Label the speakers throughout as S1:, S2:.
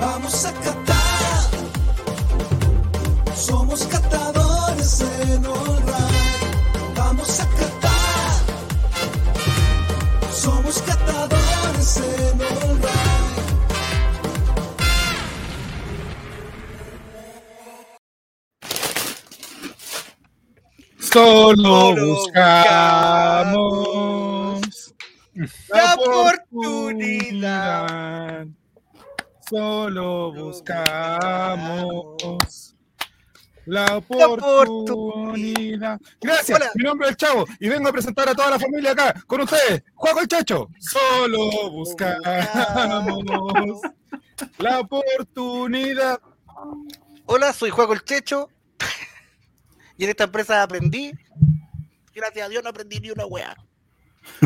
S1: Vamos a catar. Somos catadores en All Right. Vamos a catar. Somos catadores en All Right.
S2: Solo
S3: Solo
S2: buscamos
S3: la oportunidad.
S2: oportunidad. Solo buscamos la oportunidad. Gracias,
S3: Hola.
S2: mi nombre es El Chavo y vengo a presentar a toda la familia acá con ustedes. Juego el Chacho. Solo buscamos la oportunidad.
S3: Hola, soy Juaco el Checho. Y en esta empresa aprendí. Gracias a Dios no aprendí ni una weá.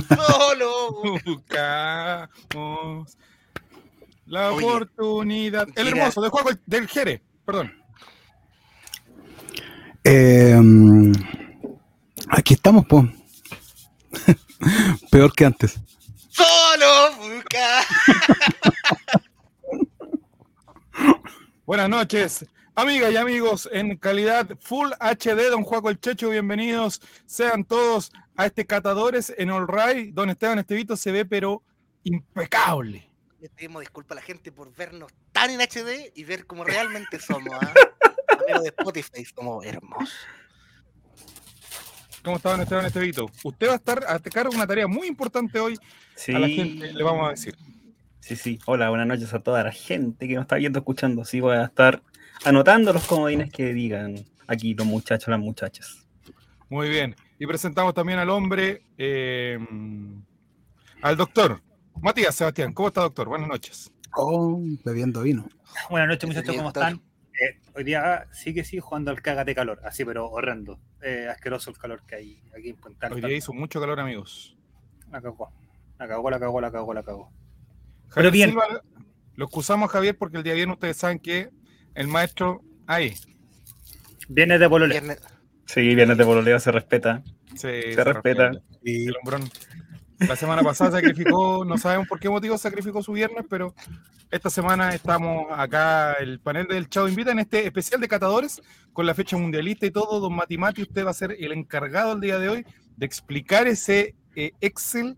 S3: Solo.
S2: Buscamos la
S3: Oye,
S2: oportunidad. El
S3: mira.
S2: hermoso, del juego del Jere, perdón.
S4: Em, aquí estamos, po. Peor que antes.
S3: Solo busca.
S2: Buenas noches, amigas y amigos en calidad Full HD, don Juaco el Checho, bienvenidos sean todos a este Catadores en All Right. Don Esteban Estevito se ve pero impecable.
S3: Le pedimos disculpas a la gente por vernos tan en HD y ver cómo realmente somos. ¿ah? Amigos de Spotify, somos hermosos.
S2: ¿Cómo está don Esteban Estevito? Usted va a estar a cargo de una tarea muy importante hoy
S5: Sí,
S2: a la gente, le vamos a decir.
S5: sí, sí. Hola, buenas noches a toda la gente que nos está viendo, escuchando. Sí, voy a estar anotando los comodines que digan aquí los muchachos, las muchachas.
S2: Muy bien. Y presentamos también al hombre, eh, al doctor. Matías Sebastián, ¿cómo está, doctor? Buenas noches.
S4: Oh, bebiendo vino.
S6: Buenas noches,
S3: Ese
S6: muchachos, ¿cómo
S3: día,
S6: están? Eh, hoy día sí que sí jugando al cágate calor, así pero horrendo. Eh, asqueroso el calor que hay aquí en Punta
S2: Hoy
S6: Alta.
S2: día hizo mucho calor, amigos.
S6: La cagó, la cagó, la cagó, la cagó, la cagó.
S2: Javier
S6: bien.
S2: Silva, lo excusamos a Javier porque el día viernes ustedes saben que el maestro ahí
S6: Viene de Pololé.
S3: Viernes-
S5: Sí, viernes de bololeo se respeta.
S2: se,
S5: Se respeta.
S2: El hombrón. La semana pasada sacrificó, no sabemos por qué motivo sacrificó su viernes, pero esta semana estamos acá, el panel del Chavo Invita en este especial de catadores con la fecha mundialista y todo. Don Matimati, usted va a ser el encargado el día de hoy de explicar ese eh, Excel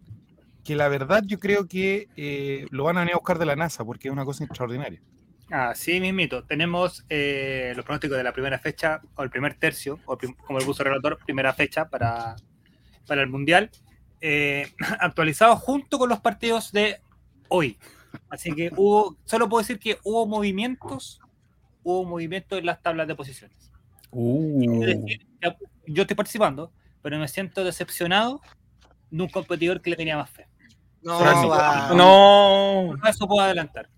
S2: que la verdad yo creo que eh, lo van a venir a buscar de la NASA porque es una cosa extraordinaria.
S6: Así mismito. Tenemos eh, los pronósticos de la primera fecha, o el primer tercio, o prim- como el puso el relator, primera fecha para, para el Mundial, eh, actualizado junto con los partidos de hoy. Así que hubo, solo puedo decir que hubo movimientos, hubo movimientos en las tablas de posiciones.
S5: Uh,
S6: Es decir, ya- yo estoy participando, pero me siento decepcionado de un competidor que le tenía más fe.
S3: No,
S2: Franco.
S3: va.
S5: no.
S6: Por eso puedo adelantar.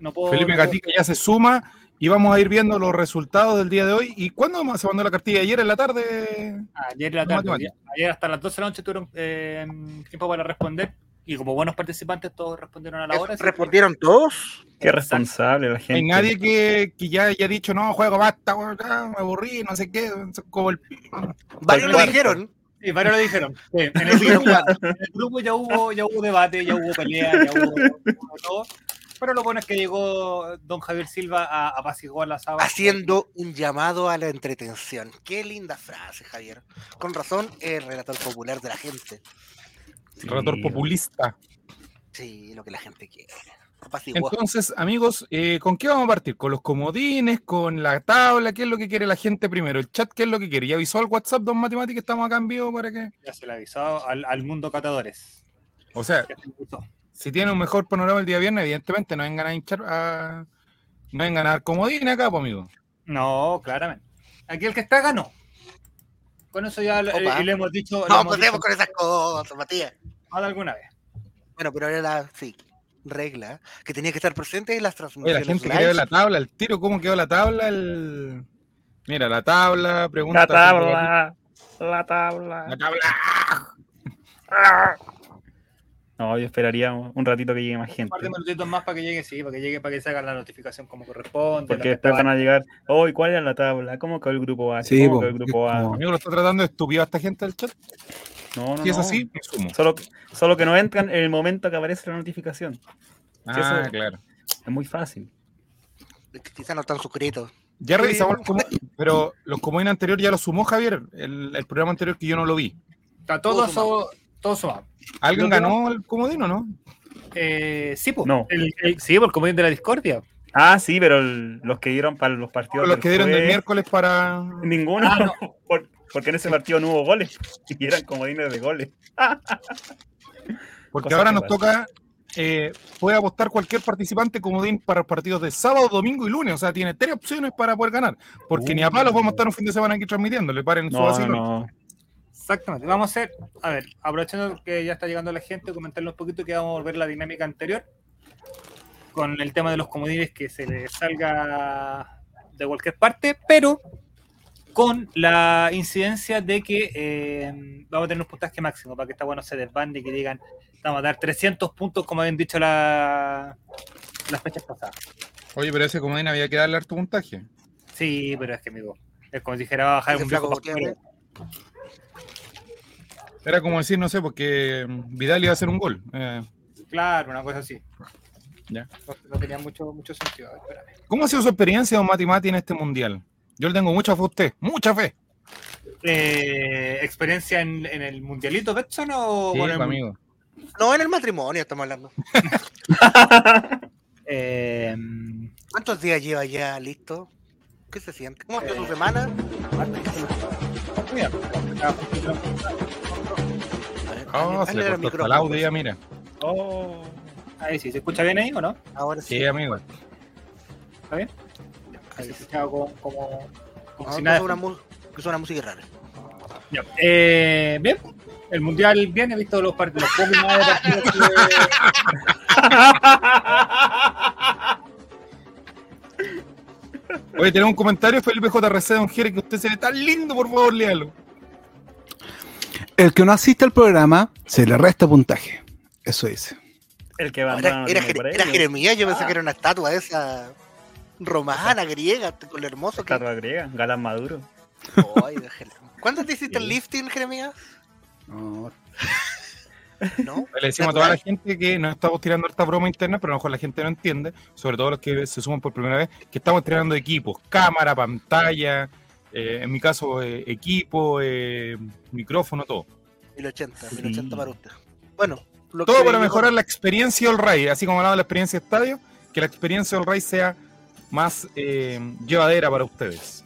S6: No puedo.
S2: Felipe
S6: Oh, no puedo-
S2: Gatica ya se suma y vamos a ir viendo los resultados del día de hoy. ¿Y cuándo se mandó la cartilla? ¿Ayer en la tarde?
S6: Ayer en la
S2: No,
S6: tarde,
S2: Matías.
S6: ayer hasta las 12 de la noche tuvieron eh, tiempo para responder. Y como buenos participantes, todos respondieron a la hora. así que-
S3: ¿Respondieron todos?
S5: Qué responsable la gente.
S2: Hay nadie que, que ya haya dicho, no, juego, basta, weón, ah, me aburrí, no sé qué. son como el-
S3: Varios lo
S5: cuarto.
S3: dijeron.
S6: Sí, varios lo dijeron. Sí, en, el grupo, en el grupo ya hubo, ya hubo debate, ya hubo pelea, ya hubo, hubo todo. Pero lo bueno es que llegó don Javier Silva a a apaciguar la sábana.
S3: Haciendo un llamado a la entretención. Qué linda frase, Javier. Con razón, el relator popular de la gente.
S5: Sí.
S2: relator populista.
S3: Sí, lo que la gente quiere. Apaciguó.
S2: Entonces, amigos, eh, ¿con qué vamos a partir? ¿Con los comodines? ¿Con la tabla? ¿Qué es lo que quiere la gente primero? ¿El chat qué es lo que quiere? ¿Ya avisó al WhatsApp, don Matemáticas, que estamos acá en vivo para que...?
S6: Ya se le ha avisado al, al mundo catadores.
S2: O sea,
S6: Ya se le avisó.
S2: si tiene un mejor panorama el día viernes, evidentemente no vengan a hinchar a... No vengan a dar comodines acá, pues, amigo.
S6: No, claramente. Aquí el que está ganó. Con eso ya le,
S3: Opa.
S6: y le hemos dicho. le
S3: "Oh, No pues,
S6: hemos
S3: podemos
S6: dicho
S3: con esas cosas, Matías.
S6: más de alguna vez.
S3: Bueno, pero era la sí, regla que tenía que estar presente en las
S2: Oye, la
S3: transmisiones.
S2: gente quiere
S3: live.
S2: ver la tabla, el tiro, ¿cómo quedó la tabla? El... Mira, la tabla, pregunta...
S5: La tabla. La tabla.
S2: La tabla.
S5: No, yo esperaría un ratito que llegue más
S6: Un
S5: gente.
S6: par de minutitos más para que llegue, sí, para que llegue, para que se haga la notificación como corresponde.
S5: Porque
S6: la que
S5: después van
S6: estaba-
S5: a llegar, oh, ¿y cuál era la tabla? ¿Cómo quedó el grupo A?
S4: Sí,
S5: ¿Cómo
S4: po,
S5: quedó el grupo A?
S4: como-
S2: Amigo, lo está tratando de estúpido a esta gente del chat.
S5: No, no,
S2: Si es
S5: no.
S2: así, me sumo.
S5: Solo, solo que no entran en el momento que aparece la notificación.
S2: Ah,
S5: eso-
S2: claro.
S5: Es muy fácil.
S3: Quizás no están suscritos.
S2: Ya revisamos los comodines, pero los comodines anteriores ya los sumó Javier, el, el programa anterior que yo no lo vi.
S6: Está
S3: Todo
S6: todo,
S3: sumado.
S6: so- todo sumado.
S2: ¿Alguien
S6: Yo creo-
S2: ganó el comodín o no?
S6: Eh, sí, pues.
S5: No.
S6: El, el- sí, por el comodín de la discordia.
S5: Ah, sí, pero el- los que dieron para los partidos.
S2: Los
S5: del
S2: que dieron del
S5: jueves,
S2: miércoles para.
S5: Ninguno.
S6: Ah,
S5: por- porque en ese partido no hubo goles. Y eran comodines de goles.
S2: Porque
S5: cosa
S2: ahora
S5: que
S2: nos
S5: pasa.
S2: toca. eh, puede apostar cualquier participante comodín para los partidos de sábado, domingo y lunes. O sea, tiene tres opciones para poder ganar. Porque ni a palos vamos a estar un fin de semana aquí transmitiendo. Le paren su
S5: Uh. No, no,
S2: vacilón.
S5: no.
S6: Exactamente. Vamos a hacer, a ver, aprovechando que ya está llegando la gente, comentarle un poquito que vamos a volver a la dinámica anterior con el tema de los comodines que se les salga de cualquier parte, pero con la incidencia de que eh, vamos a tener un puntaje máximo para que esta bueno se desbande y que digan, vamos a dar 300 puntos como habían dicho la- las fechas pasadas.
S2: Oye, pero ese comodín había que darle harto puntaje.
S6: Sí, pero es que amigo, es como si dijera "Va a bajar
S3: Ese
S6: un viejo
S3: flaco
S6: pascuero".
S3: Gutiérrez.
S2: Era como decir, no sé, porque mm, Vidal iba a hacer un gol. Eh,
S6: Claro, una cosa así.
S2: Ya.
S6: No, no tenía mucho, mucho sentido. A ver, espérame.
S2: ¿Cómo ha sido su experiencia, don Mati Mati, en este mundial? Yo le tengo mucha fe a usted, mucha fe.
S6: Eh, ¿Experiencia en, en el mundialito Betson o
S2: Sí, pues,
S3: pues,
S6: bueno, en-
S2: amigo.
S3: No, en el matrimonio estamos hablando.
S6: Eh, mm,
S3: ¿Cuántos días lleva ya listo? ¿Qué se siente? ¿Cómo
S2: Eh,
S3: está su semana?
S6: mira, acá,
S3: A ver,
S2: Ah,
S3: dale-
S2: se le cortó
S3: dale al
S2: hasta el
S3: micrófono. pues.
S2: audio ya, mira.
S5: Oh.
S6: Ahí sí, ¿se escucha bien ahí o no?
S3: Ahora sí.
S2: Sí, amigo.
S6: Ahí Ah, se escuchaba como, como, como
S3: Ahora
S6: si
S3: que
S6: nada.
S3: suena mu- que suena música rara.
S6: Ya. Eh, bien, el mundial bien, he visto los partidos. Los pocos más de partidos que-
S2: Oye, tenemos un comentario, Felipe JRC, don Jere, que usted se ve tan lindo, por favor, léalo.
S4: El que no asiste al programa se le resta puntaje. Eso dice.
S5: El que
S3: Era,
S5: va
S3: era, Jere- era Jeremías, yo pensé que era una estatua esa romana, griega, con lo hermoso que.
S5: Estatua griega, Galán Maduro.
S3: Ay, déjela. ¿Cuántas te hiciste el lifting, Jeremías?
S4: Oh.
S3: No.
S2: Le decimos a toda la gente que nos estamos tirando esta broma interna, pero a lo mejor la gente no entiende, sobre todo los que se suman por primera vez, que estamos tirando equipos, cámara, pantalla, eh, en mi caso, eh, equipo, eh, micrófono, todo.
S3: El 80,
S5: Sí.
S3: 1080 para usted. Bueno, lo
S2: Todo
S3: que-
S2: para mejorar la experiencia All Ray, así como hablaba de la experiencia estadio, que la experiencia All Ray sea más eh, llevadera para ustedes.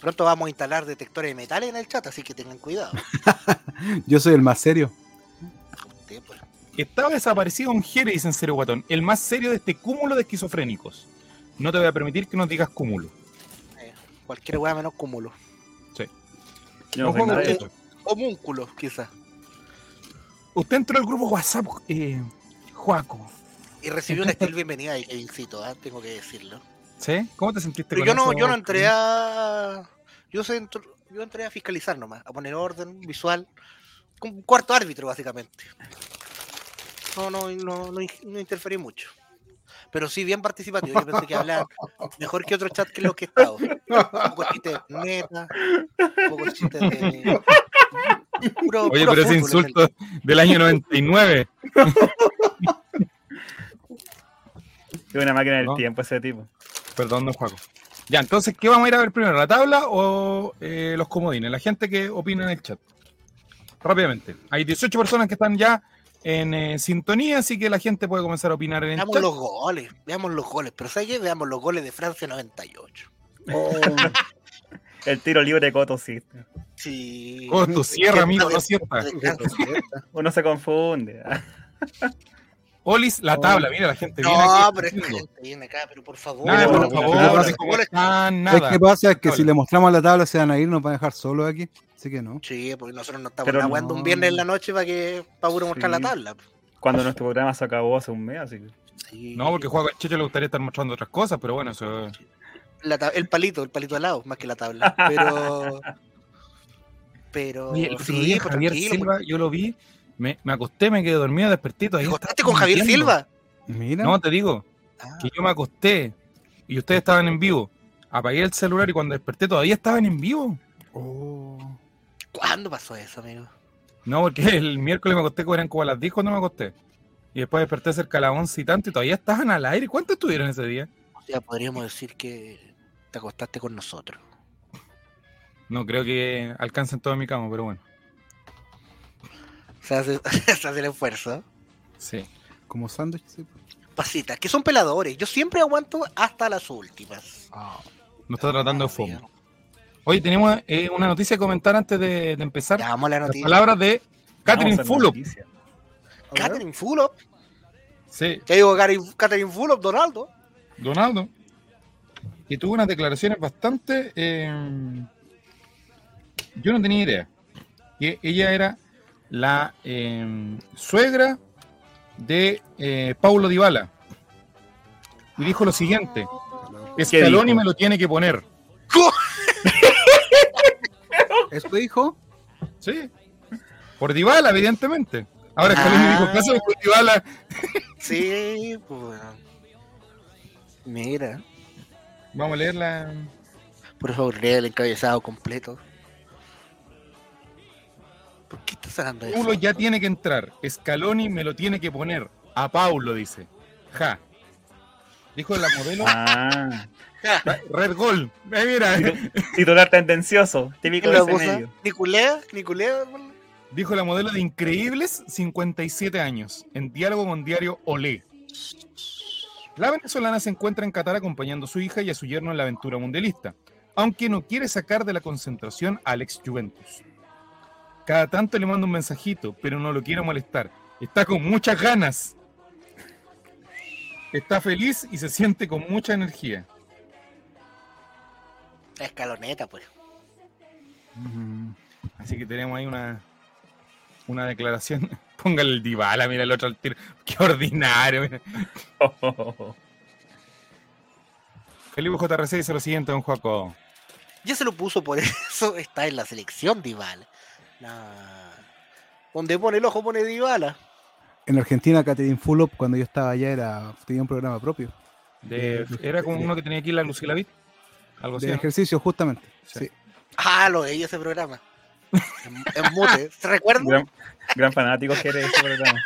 S3: Pronto vamos a instalar detectores de metales en el chat, así que tengan cuidado.
S4: Yo soy el más serio.
S3: Usted, pues.
S2: Estaba desaparecido un Jere, dicen Cero Guatón, el más serio de este cúmulo de esquizofrénicos. No te voy a permitir que nos digas cúmulo.
S3: Cualquier weá menos cúmulo.
S5: Yo no sé
S3: pues
S2: Ojo,
S5: nada de
S2: usted,
S5: eso.
S3: Homúnculo, quizás.
S2: usted entró al grupo WhatsApp, eh, Joaco,
S3: Y recibió una estil bienvenida de Kevincito, ah, tengo que decirlo.
S2: ¿sí? ¿Cómo te sentiste
S3: Pero
S2: con
S3: yo no,
S2: eso?
S3: yo no entré a. Yo, se entr- yo entré a fiscalizar nomás, a poner orden visual. Como un cuarto árbitro, básicamente. No, no, no, no, in- no interferí mucho. Pero sí, bien participativo. Yo pensé que hablar mejor que otro chat que los que he estado. Un poco de chiste de neta, un poco de chiste de. puro-
S2: Oye, pero
S3: puro
S2: ese
S3: fútbol,
S2: insulto del año 99.
S5: Es una máquina del
S2: No.
S5: tiempo ese tipo.
S2: Perdón, don Juaco. Ya, entonces, ¿qué vamos a ir a ver primero? ¿La tabla o eh, los comodines? La gente que opina en el chat. Rápidamente. Hay 18 personas que están ya en eh, sintonía, así que la gente puede comenzar a opinar en el
S3: Veamos
S2: chat.
S3: los goles, veamos los goles. Pero ¿sabes qué? Veamos los goles de Francia 98.
S6: Oh.
S5: El tiro libre de Coto, sí.
S3: Sí.
S2: Con tu sierra, Oh, amigo, no
S3: Descansa,
S2: cierta.
S3: descansa.
S5: Uno se confunde.
S2: Olis, la tabla, mira, la gente viene
S3: Oh. No,
S2: aquí
S3: pero esta
S2: escribiendo.
S3: gente viene acá, pero por favor.
S2: Nada,
S5: Pero
S2: por
S5: la
S2: favor,
S5: tabla.
S2: no sé cómo están,
S4: Es
S2: nada.
S4: que pasa es que si
S2: Habla.
S4: le mostramos la tabla se van a ir, nos van a dejar solos aquí. Así que no.
S3: Sí, porque nosotros no estamos
S5: Pero
S3: aguando
S4: no.
S3: un viernes en la noche para que para puro mostrar la
S5: Sí.
S3: tabla. pues.
S5: Cuando nuestro programa se acabó hace un mes, así que.
S2: No, porque Juaco al Checho le gustaría estar mostrando otras cosas, pero bueno, eso...
S3: La ta- el palito, el palito al lado, más que la tabla. Pero. Pero.
S2: Oye, el otro
S3: sí,
S2: día
S3: pues,
S2: Javier
S3: tranquilo, pues.
S2: Silva, yo lo vi Me, me acosté, me quedé dormido, despertito.
S3: ¿Te
S2: ahí
S3: acostaste
S2: estaba
S3: con Javier
S2: mintiendo.
S3: Silva?
S4: Mira.
S2: No, te digo,
S3: Ah.
S2: que yo me acosté y ustedes estaban en vivo. Apagué el celular y cuando desperté todavía estaban en vivo.
S4: Oh.
S3: ¿Cuándo pasó eso, amigo?
S2: No, porque el miércoles me acosté, como eran como a las 10 cuando me acosté. Y después desperté cerca a las 11 y tanto y todavía estaban al aire. ¿Cuántos estuvieron ese día?
S3: O sea, podríamos decir que te acostaste con nosotros.
S2: No creo que alcancen todo en mi cama, pero bueno.
S3: Se hace, se hace el esfuerzo.
S2: Sí.
S4: Como sándwich. sí.
S3: Pasitas, que son peladores. Yo siempre aguanto hasta las últimas.
S2: Nos está tratando de fondo. Hoy tenemos eh, una noticia que comentar antes de, de empezar.
S3: Ya vamos a la
S2: Las
S3: noticia.
S2: palabras de Catherine Fulop.
S3: Catherine Fulop.
S2: Sí,
S3: Ya digo Gary- Catherine Fulop, Donaldo.
S2: Donaldo. Que tuvo unas declaraciones bastante. eh, yo no tenía idea. Que ella era la eh, suegra de eh, Paulo Dybala. Y dijo lo siguiente: Scaloni
S5: dijo?
S2: me lo tiene que poner.
S4: ¿Eso dijo?
S2: Sí. Por Dybala, evidentemente. Ahora Scaloni
S3: Ah.
S2: dijo: Caso por Dybala.
S3: Sí, pues. bueno. Mira.
S2: Vamos a leer la.
S3: Por favor, lea el encabezado completo. ¿Por qué estás hablando de
S2: Paulo
S3: eso?
S2: ya tiene que entrar. Scaloni me lo tiene que poner. A Paulo, dice. Ja. Dijo la modelo
S5: Ah,
S2: Red Gol. Eh, mira, eh.
S5: titular tendencioso, típico
S3: ¿Quién
S5: de
S3: lo
S5: ese
S3: puso?
S5: medio.
S3: ¿Niculea? ¿Niculea? hermano?
S2: dijo la modelo de Increíbles 57 años, en diálogo con diario Olé. La venezolana se encuentra en Qatar acompañando a su hija y a su yerno en la aventura mundialista, aunque no quiere sacar de la concentración al ex Juventus. Cada tanto le manda un mensajito, pero no lo quiere molestar. Está con muchas ganas. Está feliz y se siente con mucha energía.
S3: La escaloneta, pues.
S4: Mm.
S2: Así que tenemos ahí una, una declaración. Póngale el Dybala, mira el otro al tiro. Qué ordinario. mira. Felipe JRC dice lo siguiente, don Joaco.
S3: Ya se lo puso por eso. Está en la selección Dybala. Nah. Donde pone el ojo pone Dybala.
S4: En Argentina, Catherine Fulop, cuando yo estaba allá, era, tenía un programa propio.
S2: De- era como uno que tenía aquí la Lucilavit. Algo así.
S4: De
S2: ¿no?
S4: ejercicio, justamente.
S2: Sí.
S4: Sí.
S3: Ah, lo veía ese programa. En, en mute. ¿Se recuerda?
S5: gran, gran fanático que eres de ese programa.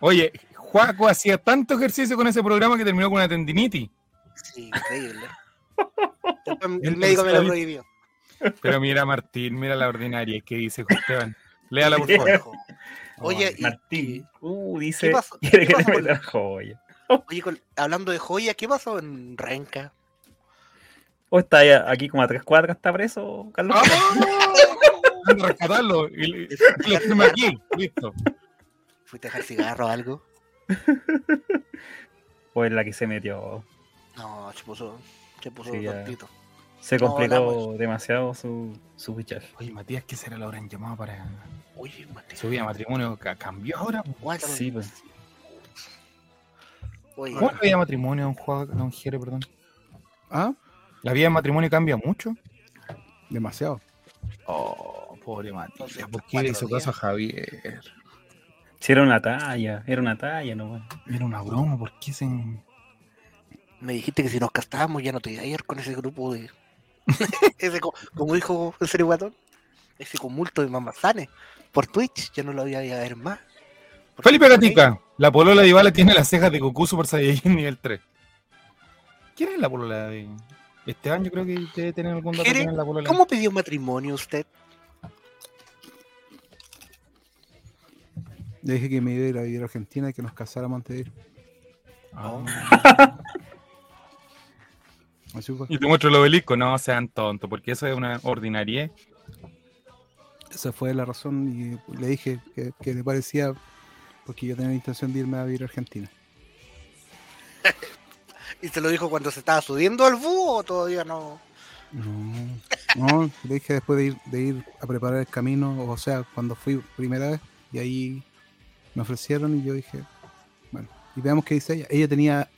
S2: Oye, Joaco hacía tanto ejercicio con ese programa que terminó con una tendinitis.
S3: Sí, increíble. Después
S2: Entonces,
S3: el médico me lo
S2: David-
S3: prohibió.
S2: Pero mira, Martín, mira la ordinaria que dice Esteban. Léala, por favor.
S3: Ojo. Oye, y-
S5: Martín, uh, dice,
S3: pasó?
S5: quiere
S3: ¿Qué
S5: que le
S3: pasó con
S5: meta joya.
S3: oye, con- hablando de joya, ¿qué pasó en Renca?
S5: ¿O está ahí a- aquí como a tres cuadras, está preso, Carlos?
S2: ¡Ah! Anda a rescatarlo. Y, le- y lo firma aquí. Listo.
S3: ¿Fuiste a dejar cigarro o algo?
S5: Pues la que se metió.
S3: No, se puso, se puso
S5: Sí, ya.
S3: tontito.
S5: Se
S3: No,
S5: complicó
S3: hablamos.
S5: demasiado su, su fichaje.
S2: Oye, Matías, ¿qué será la hora en llamado para
S3: Oye, Matías,
S2: su vida de matrimonio? ¿Ca- ¿Cambió ahora?
S3: guáchalo.
S5: Sí, pues.
S3: Oye,
S2: ¿Cómo es la vida de matrimonio, don, Joa- don Jere, perdón?
S4: Ah,
S2: ¿La vida de matrimonio cambia mucho?
S4: demasiado.
S2: Oh, pobre Matías, ¿por qué
S3: Cuatro
S2: le hizo
S3: días.
S2: caso a Javier?
S5: Si era una talla, era una talla nomás.
S2: Era una broma, ¿por qué se...?
S3: me dijiste que si nos castábamos ya no te iba a ir con ese grupo de... ese, co- como dijo el serio guatón, ese conmulto de mamazanes por Twitch, ya no lo había ido a ver más. Por
S2: Felipe
S3: Twitch, por ahí.
S2: Gatica, la polola de Ibala tiene las cejas de Goku Super Saiyajin nivel 3. ¿Quién es la polola de...? Esteban yo creo que debe tener algún dato
S3: Jere,
S2: de la polola.
S3: ¿Cómo pidió matrimonio usted?
S4: Le dije que me iba a ir a vivir a Argentina y que nos casáramos antes de ir.
S2: Ah.
S4: Así fue.
S2: Y te muestro el obelisco, no sean tontos, porque eso es una ordinarie.
S4: Esa fue la razón y le dije que, que le parecía porque yo tenía la intención de irme a vivir a Argentina.
S3: ¿Y se lo dijo cuando se estaba subiendo al búho o todavía no?
S4: No, no, le dije después de ir, de ir a preparar el camino, o sea, cuando fui primera vez y ahí me ofrecieron y yo dije, bueno, y veamos qué dice ella. Ella tenía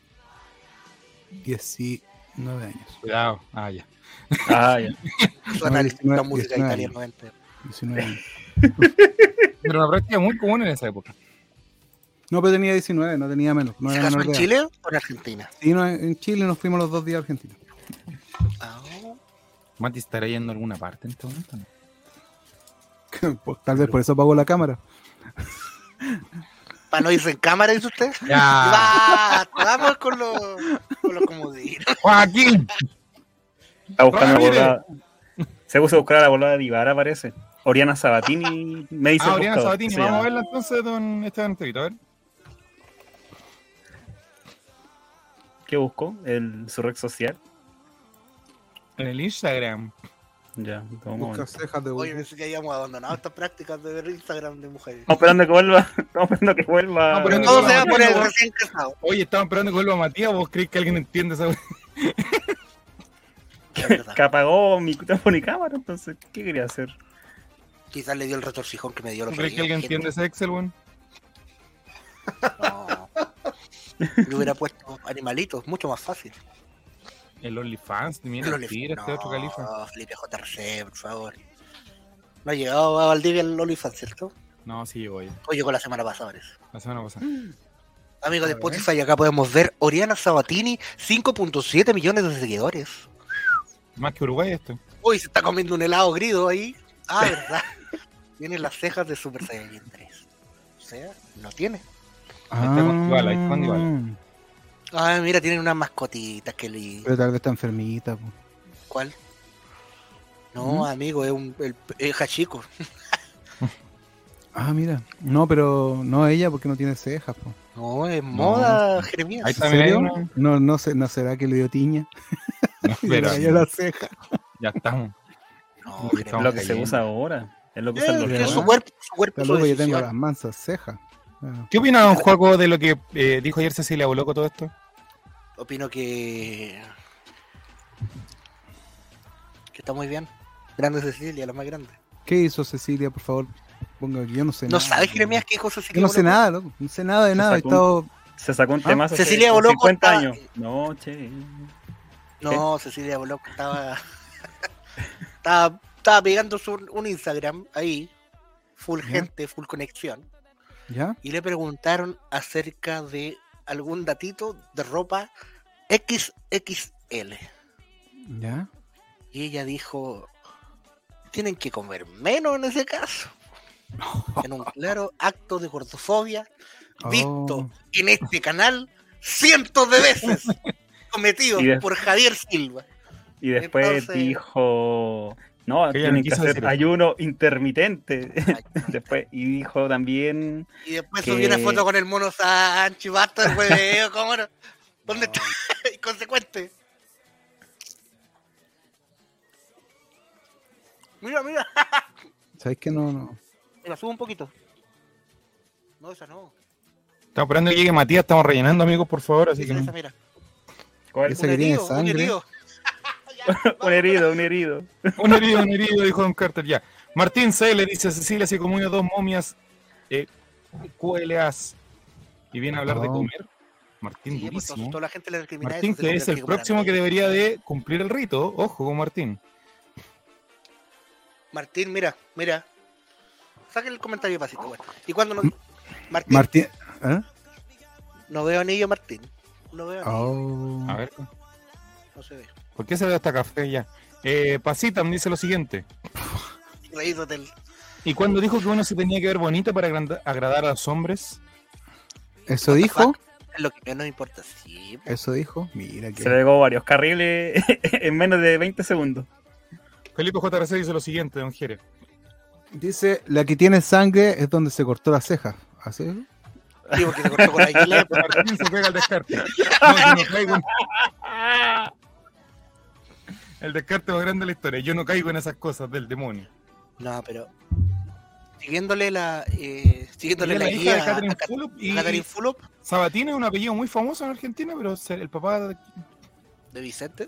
S4: 19 años.
S2: Cuidado. Ah, ya.
S5: Ah, ya.
S3: Suena la
S4: No, 19,
S3: música
S4: 19.
S3: italiana.
S4: 19 años.
S2: Era una práctica muy común en esa época.
S4: No, pero tenía 19, no tenía menos. No
S3: ¿Se
S4: era
S3: casó
S4: menor
S3: en
S4: de edad.
S3: Chile o en Argentina?
S4: Sí, no, en Chile nos fuimos los dos días a Argentina.
S3: Ah,
S2: Mati estará yendo a alguna parte en este momento. ¿no?
S4: Pues, Tal vez por eso apagó la cámara.
S3: ¿Para Ah, no irse en cámara, dice usted?
S4: Ah.
S2: Ya.
S3: Basta, vamos con los con los comodinos.
S2: Joaquín.
S5: Está buscando la
S2: Ramírez.
S5: volada. Se puso a buscar la volada de Ibarra, parece. Oriana Sabatini me dice.
S2: Ah,
S5: el
S2: Oriana
S5: buscador,
S2: Sabatini.
S5: se
S2: Vamos a
S5: llama.
S2: verla entonces, don Esteban Estevito. A ver.
S5: ¿Qué buscó? El, su red social.
S2: En el Instagram.
S5: Ya, toma un momento.
S4: Busca cejas de
S3: Oye,
S4: burro.
S3: pensé que habíamos abandonado estas prácticas de ver Instagram de mujeres.
S5: Estamos esperando que vuelva. Estamos esperando que vuelva.
S2: No, pero
S5: eh,
S3: Todo se va por el
S2: Oye,
S3: recién casado.
S2: Oye, estaban esperando que vuelva Matías. ¿Vos crees que alguien entiende esa
S3: Es verdad.
S5: Que apagó mi teléfono y cámara, entonces, ¿qué quería hacer?
S3: Quizás le dio el retorcijón que me dio
S2: ¿No
S3: los
S2: crees que alguien entiende ese Excel, weón?
S3: No. Yo hubiera puesto animalitos, mucho más fácil.
S2: El OnlyFans, mira,
S3: Los
S2: tira este
S3: no,
S2: otro califa.
S3: Felipe JRC, por favor. No ha llegado a Valdivia el OnlyFans, ¿cierto?
S2: No, sí, llegó ya.
S3: O llegó la semana pasada, parece.
S2: La semana pasada.
S3: Amigos de
S2: A ver.
S3: Spotify, acá podemos ver Oriana Sabatini, 5.7 millones de seguidores.
S2: Más que Uruguay esto.
S3: Uy, se está comiendo un helado grido ahí. Ah, verdad. tiene las cejas de Super Saiyan 3. O sea, no tiene.
S2: Ahí está con Dybala, ahí está con Dybala.
S3: Ah, mira, tienen unas mascotitas que le...
S4: Pero tal vez está enfermita. po.
S3: ¿Cuál? No,
S4: ¿Mm?
S3: amigo, es un el, el Hachiko.
S4: Ah, mira. No, pero no ella porque no tiene cejas. po.
S3: No, es moda, Jeremías.
S2: Ahí
S4: ¿En
S2: está, mira,
S4: serio?
S2: hay una-
S4: No, no, sé, no será que le dio tiña.
S2: No,
S4: Y le
S2: pero,
S4: cayó la ceja.
S2: ya estamos.
S3: No,
S5: Es
S2: Estamos
S5: lo que se
S2: cayendo.
S5: usa ahora. Es lo que usa el
S3: Eh,
S5: doctor.
S3: es su
S4: ¿verdad?
S3: cuerpo, su cuerpo, su
S4: Saludos, yo tengo
S3: decisión.
S4: las mansas cejas. Ah.
S2: ¿Qué opina don Juaco de lo que eh, dijo ayer Cecilia Boloco todo esto?
S3: Opino que... Que está muy bien. Grande Cecilia, la más grande.
S4: ¿Qué hizo Cecilia, por favor? Ponga, yo no sé
S3: ¿No
S4: nada.
S3: sabes, Jeremías, qué dijo Cecilia?
S4: Yo no sé
S3: Boloco?
S4: nada, loco. No sé nada de
S5: Se
S4: nada. He
S5: sacó
S4: estado.
S5: Se sacó un
S4: Ah,
S5: tema hace
S3: Cecilia
S5: como
S3: Boloco
S5: 50
S3: está-
S5: años. No, che.
S4: ¿eh?
S3: No, Cecilia Boloco estaba... estaba, estaba pegando su, un Instagram ahí, full
S4: Ya.
S3: gente, full conexión,
S4: ¿Ya?
S3: y le preguntaron acerca de algún datito de ropa XXL.
S4: ¿Ya?
S3: Y ella dijo, tienen que comer menos en ese caso. En un claro acto de gordofobia,
S4: Oh.
S3: visto en este canal cientos de veces, cometido
S5: Y de-
S3: por Javier Silva.
S5: Y después
S3: Entonces-
S5: dijo. No,
S2: Ella no
S5: tienen que
S2: quiso
S5: hacer
S2: decirlo.
S5: ayuno intermitente. después, y dijo también.
S3: Y después
S5: que-
S3: subió una foto con el mono Sánchez, basta el hueveo, ¿cómo no? ¿Dónde está? Inconsecuente. Mira, mira.
S4: ¿Sabes que no? no.
S3: Mira, sube un poquito. No, esa no.
S2: Estamos esperando que llegue Matías, estamos rellenando, amigos, por favor. Así que
S3: Esa,
S2: no.
S3: esa, mira.
S5: ¿cuál?
S4: Ese que tiene sangre.
S3: Un herido. Ya,
S5: Un
S3: vamos.
S5: herido, un herido.
S2: Un herido, un herido, dijo Don Carter, ya. Martín C. le dice a Cecilia si comió dos momias eh, QLAs. Y viene a hablar de
S4: Oh.
S2: comer. Martín
S3: Sí, pues,
S2: durísimo.
S3: toda la gente le recrimina
S2: Martín,
S3: eso, se
S2: que
S3: lo
S2: es
S3: tiene
S2: el
S3: comer
S2: próximo
S3: antes.
S2: que debería de cumplir el rito. Ojo con Martín.
S3: Martín, mira, mira. Saca el comentario pasito, bueno. Y cuando no. Martín,
S4: Martín. ¿Eh?
S3: no veo anillo, Martín. No veo anillo,
S4: Oh.
S2: A ver, Ah.
S3: no se ve.
S2: ¿por qué se ve hasta café ya? Eh, Pasitam dice lo siguiente.
S3: Reído del.
S2: ¿Y cuando dijo que uno se tenía que ver bonita para agranda- agradar a los hombres?
S4: ¿Eso dijo?
S3: Es lo que menos importa, sí. po.
S4: Eso dijo. Mira que.
S5: Se le llegó varios carriles en menos de 20 segundos.
S2: Felipe JRC dice lo siguiente, don Jere.
S4: Dice: La que tiene sangre es donde se cortó la ceja. ¿Así?
S3: Sí, porque se cortó con la águila. po.
S2: Martín se pega el descarte. No, yo no caigo en- El descarte más grande de la historia. Yo no caigo en esas cosas del demonio.
S3: No, pero. Siguiéndole la. Eh, siguiéndole
S2: Ella
S3: la,
S2: es la hija
S3: guía.
S2: de
S3: a-
S2: Catherine
S3: a Cat-
S2: Fulop y
S3: a Catherine Fulop
S2: Sabatini es un apellido muy famoso en Argentina, pero se- el papá,
S3: de Vicente.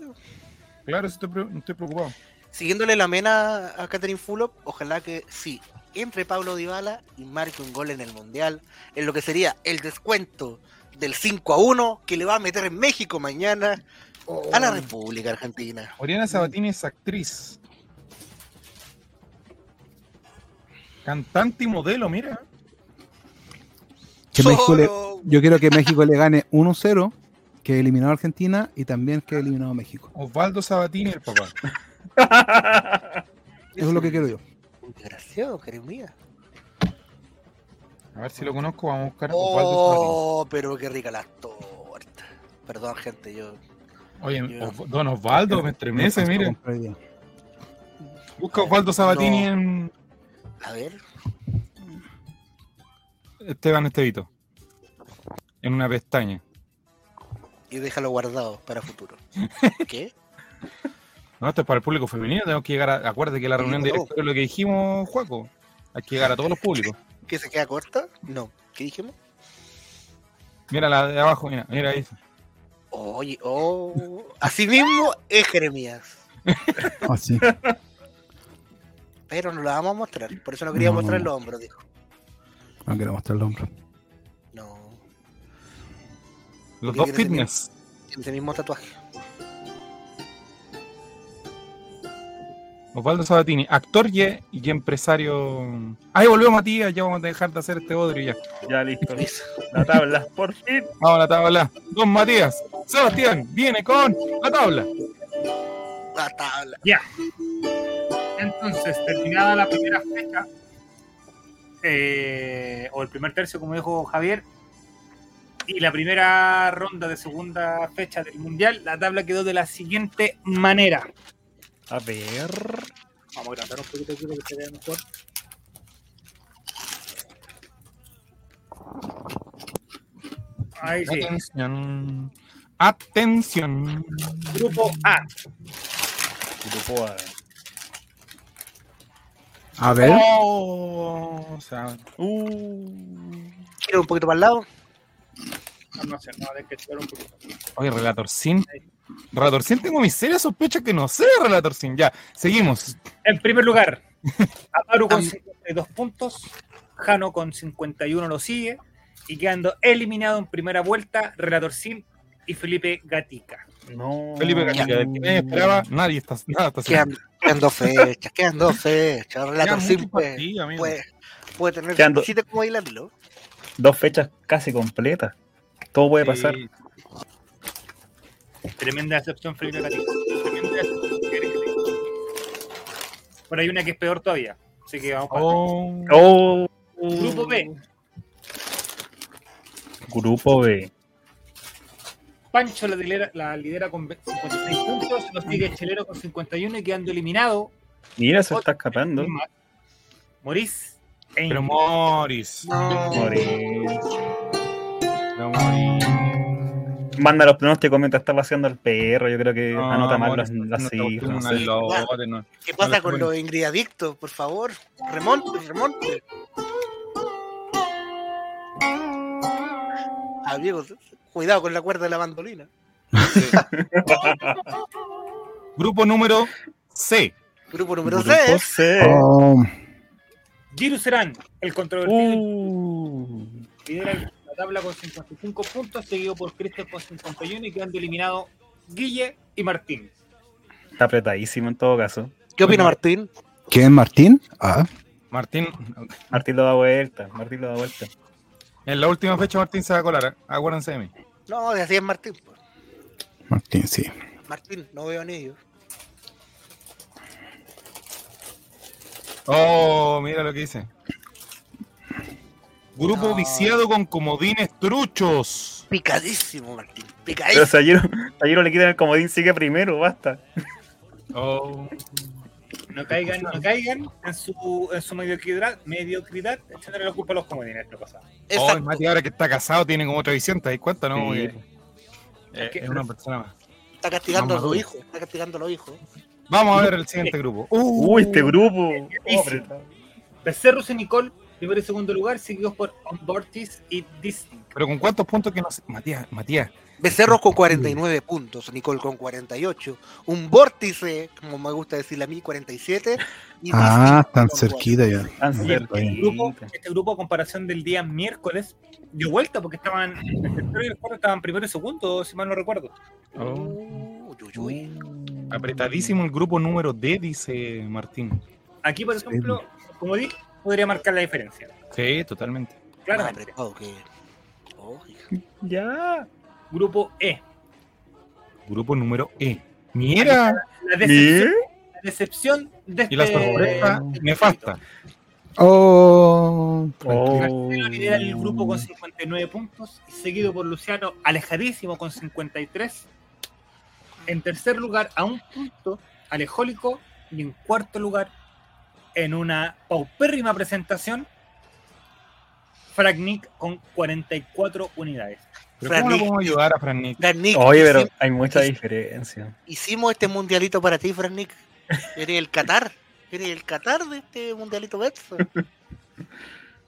S2: claro, estoy, pre- estoy preocupado.
S3: Siguiéndole la mena a Catherine Fulop, ojalá que sí. Entre Pablo Dybala y marque un gol en el Mundial, en lo que sería el descuento del 5 a 1 que le va a meter en México mañana a la República Argentina.
S2: Oriana Sabatini es actriz. Cantante y modelo, mira.
S4: Que México le-
S3: Solo-
S4: yo quiero que México le gane 1-0, que eliminó a Argentina y también que eliminó a México.
S2: Osvaldo Sabatini, el papá.
S4: Eso es lo que quiero yo.
S3: Un Desgraciado, querido mía.
S2: A ver si lo conozco, vamos a buscar a Osvaldo
S3: Oh, pero qué rica la torta. Perdón, gente, yo.
S2: Sabatini. Oye,
S3: Dios.
S2: Os- don Osvaldo, me estremece, mire. Busca Osvaldo Sabatini
S3: No.
S2: en
S3: A ver,
S2: Esteban Estevito. En una pestaña.
S3: y déjalo guardado para futuro. ¿Qué?
S2: No, esto es para el público femenino, tenemos que llegar a... Acuérdate que la reunión de
S3: no.
S2: directores es lo que dijimos, Juaco. Hay que llegar a todos los públicos.
S3: ¿Que se queda corta? No. ¿Qué dijimos?
S2: Mira la de abajo, mira, mira ahí.
S3: Oye, oh. Así mismo es Jeremías.
S4: Así.
S3: Pero no la vamos a mostrar. Por eso no quería
S4: No.
S3: mostrar los hombros, dijo.
S4: No quiero mostrar el hombro.
S3: No.
S2: Los
S3: ¿Qué
S2: dos
S3: quieres decir?
S2: fitness.
S3: Tiene ese mismo tatuaje.
S2: Osvaldo Sabatini, actor y, y empresario. Ahí volvió Matías, ya vamos a dejar de hacer este odrio ya.
S5: Ya listo.
S3: Eso.
S5: La tabla, por fin.
S2: Vamos a la tabla. Don Matías, Sebastián viene con la tabla.
S3: Ah, La tabla.
S6: Entonces, terminada la primera fecha, eh, o el primer tercio, como dijo Javier, y la primera ronda de segunda fecha del Mundial, la tabla quedó de la siguiente manera.
S5: A ver.
S6: Vamos a agrandar un poquito aquí para que se vea mejor. Ahí sí.
S2: Atención. Atención.
S6: Grupo A.
S5: Grupo A.
S4: A ver.
S2: Oh, o sea,
S5: Uh.
S3: Quiero un poquito para el lado.
S6: Ah, No sé, no, de que espero un poquito.
S2: oye, Relatorcín. Relatorcín, tengo mis serias sospechas que no sé de Relatorcín. Ya, seguimos.
S6: En primer lugar, Amaru con 52 puntos, Jano con 51 lo sigue, y quedando eliminado en primera vuelta Relator Sil y Felipe Gatica.
S5: No.
S2: Felipe García, de quien nadie esperaba, nadie está. Nada está
S3: Quedan, quedan dos fechas. Quedan dos fechas.
S2: Quedan
S3: Relator
S2: muchos
S3: sin puede,
S2: partidos, amigo.
S3: puede, puede tener
S5: Quedan dos-
S3: siete como bailarlo.
S5: Dos fechas casi completas. Todo puede pasar.
S2: Sí.
S6: Tremenda decepción Felipe Gatica. Tremenda decepción. ¿qué querés que te diga? Pero hay una que es peor todavía, así que vamos para
S2: Oh.
S5: Oh.
S6: Grupo B,
S5: Grupo B.
S6: Pancho la lidera, la lidera con 56 puntos, lo sigue Chelero con 51 y quedando eliminado
S5: Mira, se está escapando.
S6: Morís e
S2: Pero Morris.
S5: Morel.
S2: Pero Morris.
S5: Manda los pronósticos mientras está vaciando el perro. Yo creo que
S2: Ah, No,
S5: anota mal
S2: Morris,
S5: las, las
S2: no te gusta
S5: cifras, no
S2: una
S5: sé.
S2: lobote, no.
S3: ¿Qué pasa
S2: Hola,
S3: con
S2: Juan.
S3: los ingriadictos? Por favor, remonte, remonte. Amigos, Ah, cuidado con la cuerda de la bandolina.
S2: Grupo número C.
S3: Grupo número
S5: Grupo
S3: 6.
S5: C.
S4: Oh,
S6: Giru Serán, el controvertido
S5: Uh.
S6: lidera la tabla con 55 puntos, seguido por Cristian con 51 y quedando eliminados Guille y Martín.
S5: Está apretadísimo en todo caso.
S3: ¿Qué opina Martín?
S4: ¿Quién, Martín? Ah,
S2: Martín,
S5: Martín lo da vuelta. Martín lo da vuelta.
S2: en la última fecha Martín se va a colar. ¿eh? Acuérdense de mí.
S3: No, de así es Martín. po.
S4: Martín, sí.
S3: Martín, no veo anillos.
S2: Oh, mira lo que dice. Grupo
S3: No.
S2: viciado con comodines truchos.
S3: Picadísimo, Martín.
S5: Pero
S3: Picadísimo.
S5: Sayiro, Sayiro le quitan el comodín, sigue primero, basta.
S2: Oh,
S6: No caigan, no caigan en su, en su mediocridad, mediocridad, echándole la culpa a los comodines, este no pasa.
S2: oh,
S3: Exacto.
S2: Mati ahora que está casado tiene como otra visión, ¿te das cuenta? No,
S5: Sí.
S2: Eh, eh, es una persona más.
S3: Está castigando
S2: No,
S3: a los
S2: maduro.
S3: hijos. Está castigando a los hijos.
S2: Vamos a ver el siguiente grupo. Uh,
S5: Uy, este grupo.
S6: difícil.
S5: Pobre.
S6: Becerro y Nicole, primero y segundo lugar, seguidos por Onbortis y Disney.
S2: pero con cuántos puntos que no sé. Matías, Matías.
S3: Becerros con 49 puntos, Nicole con 48, un vórtice, como me gusta decirle a mí, 47. Y
S4: Ah,
S3: Disney
S4: tan
S3: con
S4: cerquita ya.
S5: Tan
S4: Sí,
S5: cerquita.
S6: Este grupo, este grupo, a comparación del día miércoles, dio vuelta porque estaban, el tercero y el cuarto estaban primero y segundo, si mal no recuerdo.
S3: cuatro.
S2: Oh,
S3: Uy, uy, uy.
S2: apretadísimo el grupo número D, dice Martín.
S6: Aquí, por
S4: Sí.
S6: ejemplo, como dije, podría marcar la diferencia.
S2: Sí, totalmente.
S3: Más
S4: Ah,
S6: Claramente.
S3: apretado que. Oh, hija.
S5: Ya.
S6: Grupo E.
S2: Grupo número E. Mira.
S6: La decepción, la decepción de este.
S2: Y las sorpresa
S6: este
S2: nefasta.
S4: Oh,
S6: grupito. Marcelo lidera el grupo con 59 puntos, y seguido por Luciano, alejadísimo con 53. En tercer lugar, a un punto, Alejólico. Y en cuarto lugar, en una paupérrima presentación, Fragnic con 44 unidades.
S2: Pero ¿cómo lo
S3: Franny.
S2: podemos ayudar a Fran Nick?
S3: Frank Nick,
S5: Oye, pero
S3: hici-
S5: hay mucha diferencia.
S3: hicimos este mundialito para ti, Frank Nick. Eres el Qatar. Eres el Qatar de este mundialito Betson.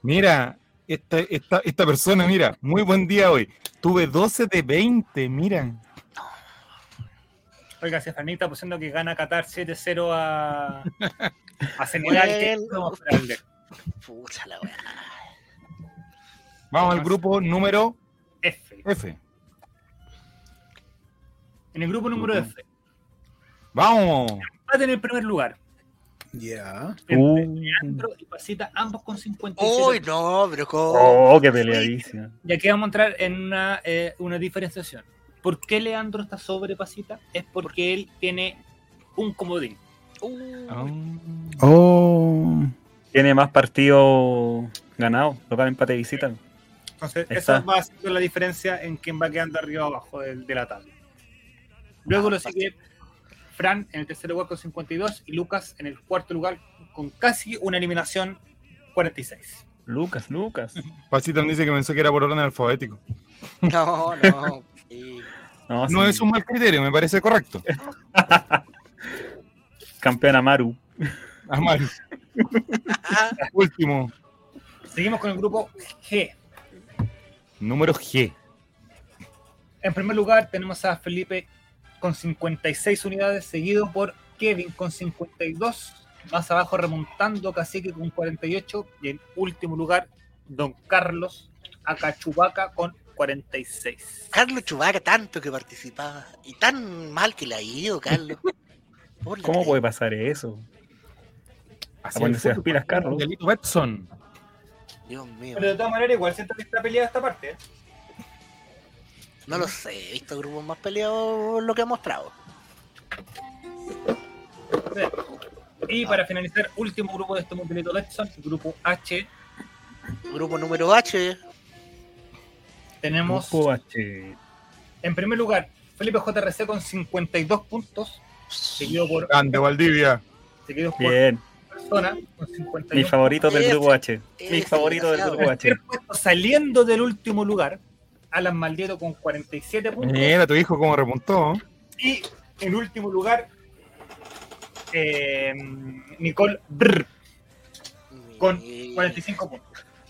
S2: Mira, esta, esta, esta persona, mira, muy buen día hoy. Tuve 12 de 20, mira.
S6: Oiga, si Fernández está pusiendo que gana Qatar 7-0 a, a Senegal, ¿qué
S3: Bueno.
S6: podemos esperarle?
S3: Pucha la wea.
S2: Vamos al grupo número
S6: F.
S2: F.
S6: En el grupo número F.
S2: Vamos.
S6: Va a tener el primer lugar.
S4: ya.
S6: Entre
S5: Uh.
S6: Leandro y Pasita, ambos con 57.
S3: Uy, no, pero ¿cómo?
S5: Oh, qué peleadísima.
S6: Y aquí vamos a entrar en una, eh, una diferenciación. ¿Por qué Leandro está sobre Pasita? Es porque él tiene un comodín.
S3: Uh,
S2: Ah.
S4: Mm. Oh,
S5: Tiene más partidos ganados, local empate y visita.
S6: Entonces,
S5: Ahí
S6: eso
S5: está.
S6: va haciendo la diferencia en quién va quedando arriba o abajo del- de, la tabla. Ah, Luego lo sigue Fran en el tercer lugar con 52 y Lucas en el cuarto lugar con casi una eliminación 46.
S5: Lucas, Lucas.
S2: Pasita me dice que pensó que era por orden alfabético.
S3: No, no. sí.
S5: No,
S2: No
S5: Ah, sí.
S2: es un mal criterio, me parece correcto.
S5: Campeona Maru.
S2: Amar,
S3: Ah,
S2: último,
S6: Seguimos con el grupo G.
S2: número G.
S6: En primer lugar tenemos a Felipe con 56 unidades, seguido por Kevin con 52. Más abajo remontando Cacique con 48. Y en último lugar, Don Carlos Acachubaca con 46.
S3: Carlos Chubaca, tanto que participaba. Y tan mal que le ha ido, Carlos. Por la
S5: ¿Cómo
S3: cresta.
S5: puede pasar eso? Ah,
S2: Así
S5: A ponerse
S2: el fútbol,
S5: las pilas, Carlos.
S2: Miguelito Betson.
S3: Dios mío.
S6: Pero de todas maneras, igual siento que está peleada esta parte. ¿eh?
S3: No lo sé, he visto grupos más peleados lo que ha mostrado.
S6: Y para finalizar, último grupo de este mundialito Letson, grupo H,
S3: Grupo número H,
S6: tenemos
S5: Grupo H.
S6: en primer lugar Felipe JRC con 52 puntos, seguido por,
S2: Grande Valdivia.
S6: seguido por
S5: Bien.
S6: persona con 52.
S5: Mi favorito del
S3: Ese.
S5: grupo H. Mi
S3: Ese,
S5: favorito del
S3: desgraciado.
S5: grupo H.
S6: Tercer puesto, saliendo del último lugar, Alan Maldieto con 47 puntos.
S2: Mira, tu hijo cómo remontó. ¿eh?
S6: Y en último lugar, eh, Nicole Brr con
S3: Mira,
S6: 45 puntos.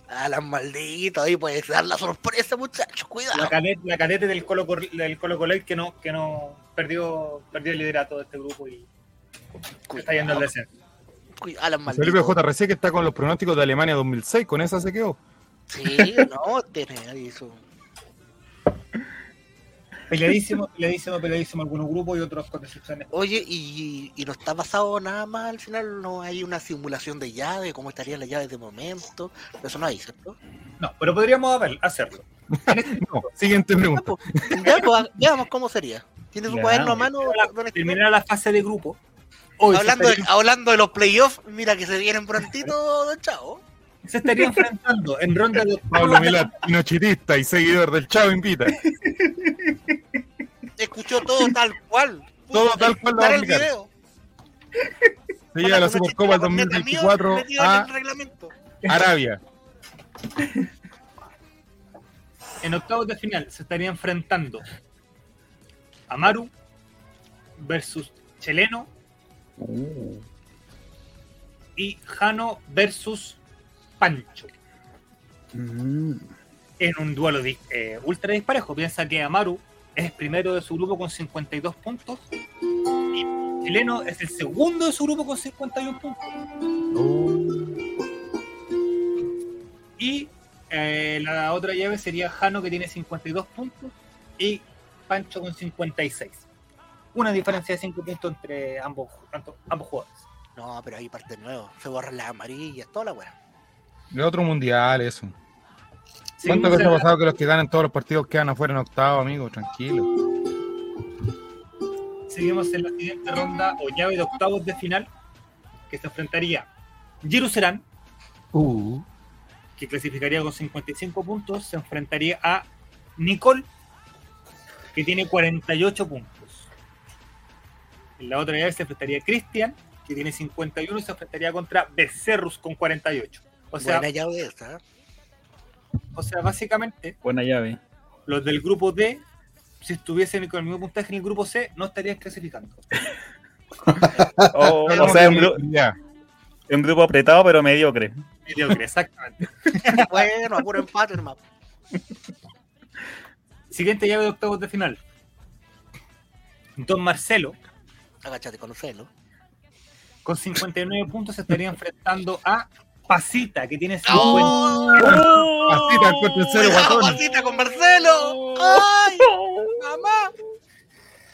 S3: Alan maldito, ahí puedes dar la sorpresa, muchachos,
S6: La
S3: cuidado.
S6: cadete, la cadete del Colo Cor- del Colo Colo que no, que no perdió, perdió el liderato de este grupo y está yendo al
S3: cuidado,
S6: descenso.
S3: cuidado, Alan
S2: Felipe
S3: maldito.
S2: JRC que está con los pronósticos de Alemania 2006, con esa se quedó.
S3: Sí, no, tiene ahí su.
S6: Peleadísimo, peleadísimo, peleadísimo algunos grupos y otros con excepciones.
S3: Oye, y, y no está pasado nada más al final, no hay una simulación de llave, cómo estarían las llaves de momento. Eso no hay, ¿cierto?
S6: No, pero podríamos haber- hacerlo.
S2: No, siguiente
S3: Ya,
S2: pregunta.
S3: pues, ya, pues, veamos cómo sería. ¿Tienes un
S5: Ya,
S3: cuaderno a
S5: hombre.
S3: mano? don Esteban?
S6: Terminar la fase de grupo. Hoy se
S3: hablando, de,
S6: estaría-
S3: hablando de los playoffs, mira que se vienen prontito, don Chavo.
S6: se estaría enfrentando en ronda de
S2: Pablo Milán, pinochetista y seguidor del Chavo Invita.
S3: Escuchó todo tal cual.
S2: Todo tal cual lo
S3: Dar
S2: va a
S3: el
S2: aplicar.
S3: video.
S2: Se lleva la
S3: Con una
S2: Supercopa
S3: chiste, la corneta mío,
S2: 2024
S3: metido en
S2: a
S3: el reglamento.
S2: Arabia.
S6: En octavos de final se estaría enfrentando Amaru versus Cheleno
S5: Uh,
S6: y Jano versus Pancho.
S4: Mm.
S6: En un duelo di- eh, ultra disparejo. Piensa que Amaru es el primero de su grupo con 52 puntos y Cheleno es el segundo de su grupo con 51 puntos. Y eh, la otra llave sería Jano que tiene 52 puntos y Pancho con 56. Una diferencia de 5 puntos entre ambos, tanto- ambos jugadores.
S3: No, pero ahí parte nuevo. Se borran las amarillas, toda la weá.
S2: De otro mundial, eso.
S6: Sí,
S2: ¿Cuántas veces
S6: se-
S2: ha pasado que los que ganan todos los partidos quedan afuera en octavo, amigo? Tranquilo.
S6: Seguimos en la siguiente ronda o llave de octavos de final que se enfrentaría Jerusalén,
S4: Uh,
S6: que clasificaría con 55 puntos, se enfrentaría a Nicole, que tiene 48 puntos. En la otra llave se enfrentaría Cristian, que tiene 51 y se enfrentaría contra Becerrus con 48. O sea,
S3: Buena llave esta. ¿eh?
S6: o sea, básicamente
S5: Buena llave.
S6: los del grupo D, si estuviesen con el mismo puntaje en el grupo C, no estarían clasificando.
S5: O, Oh, o sea, un, gru-
S2: Ya.
S5: un grupo apretado pero mediocre.
S6: Mediocre, exactamente.
S3: Bueno, a puro empate, hermano.
S6: Siguiente llave de octavos de final. Don Marcelo,
S3: Agachate, conocelo.
S6: con 59 puntos, se estaría enfrentando a Pasita, que tiene 50.
S3: ¡Oh!
S2: Pasita, encuentro el cero,
S3: ¡Cuidado,
S2: guatón. Oh.
S3: Pasita, con Marcelo! ¡Ay! ¡Mamá!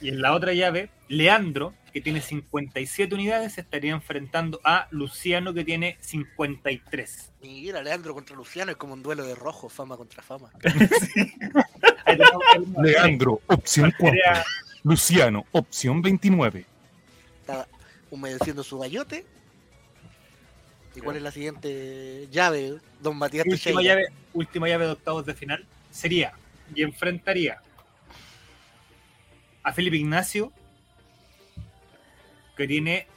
S6: Y en la otra llave, Leandro, que tiene 57 unidades, se estaría enfrentando a Luciano, que tiene 53.
S3: Mira, Leandro contra Luciano es como un duelo de rojo, fama contra fama.
S6: Ahí tenemos el-
S2: Leandro, opción 4.
S6: Sería-
S2: Luciano, opción 29.
S3: Está humedeciendo su bayote. ¿Y cuál es la siguiente llave, don Matías Teixeira?
S6: última Este llave, última llave de octavos de final sería y enfrentaría a Felipe Ignacio, que tiene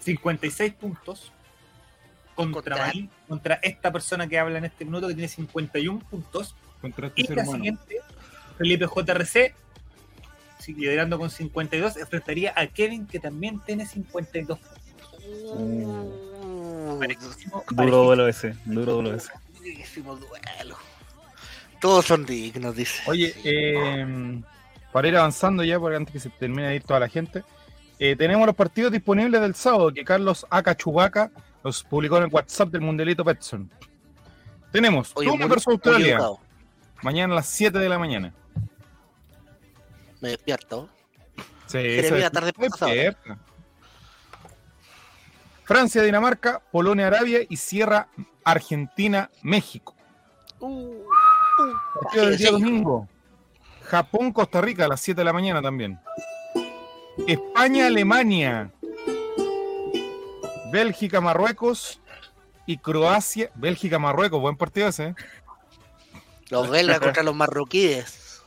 S6: 56 puntos, contra,
S3: Contra-
S6: Marín, contra esta persona que habla en este minuto, que tiene 51 puntos,
S2: Contra este
S6: y
S2: ser
S6: la
S2: humano.
S6: siguiente, Felipe JRC, sí, liderando con 52, enfrentaría a Kevin, que también tiene 52 puntos.
S3: Uh,
S6: Parejísimo,
S5: Duro duelo ese. Duro duelo ese.
S3: durísimo duelo. Todos son dignos, dice.
S2: Oye, eh, para ir avanzando ya, porque antes que se termine de ir toda la gente, eh, tenemos los partidos disponibles del sábado que Carlos Aca Chubaca los publicó en el WhatsApp del Mundelito Petson. Tenemos
S3: Oye,
S2: Túnez
S3: muy-
S2: versus
S3: muy
S2: Australia,
S3: educado.
S2: mañana a las 7 de la mañana.
S3: Me despierto.
S2: Sí,
S3: Jeremías,
S2: eso es-
S3: tarde
S2: es
S3: pasado.
S2: cierto. Francia, Dinamarca, Polonia, Arabia y cierra Argentina, México.
S3: Uh,
S2: Partido del día
S3: Sí, sí.
S2: domingo. Japón, Costa Rica a las 7 de la mañana también. España, Alemania. Bélgica, Marruecos. Y Croacia. Bélgica, Marruecos. Buen partido ese. ¿eh?
S3: los belgas contra los marroquíes.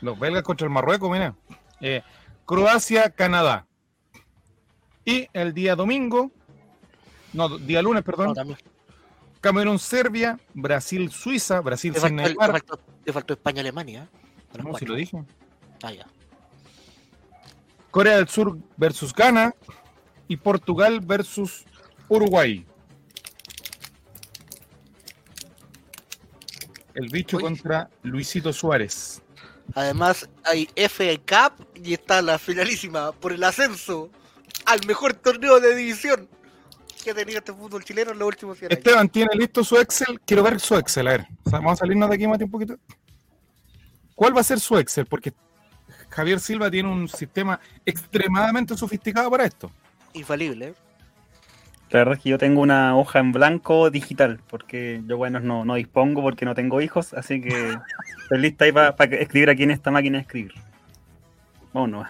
S2: Los belgas contra el Marruecos, mira. Eh, Croacia, Canadá. Y el día domingo. No, día lunes,
S3: No,
S2: perdón.
S3: también.
S2: Camerún, Serbia. Brasil, Suiza. Brasil
S3: Te
S2: sin
S3: faltó, el-
S2: Neymar.
S3: te faltó- te faltó España-Alemania. ¿eh? A los
S2: No, si
S3: cuatro.
S2: lo dije.
S3: Ah, ya.
S2: Corea del Sur versus Ghana y Portugal versus Uruguay. El bicho
S3: Uy.
S2: contra Luisito Suárez.
S3: Además, hay FA Cup y está la finalísima por el ascenso al mejor torneo de división que ha tenido este fútbol chileno en los últimos 100 años.
S2: Esteban tiene listo su Excel. Quiero ver su Excel. A ver, o sea, vamos a salirnos de aquí más un poquito. ¿Cuál va a ser su Excel? Porque Javier Silva tiene un sistema extremadamente sofisticado para esto.
S3: Infalible. ¿eh?
S5: La verdad es que yo tengo una hoja en blanco digital, porque yo, bueno, no, no dispongo porque no tengo hijos, así que estoy lista ahí para escribir aquí en esta máquina de escribir. Vámonos.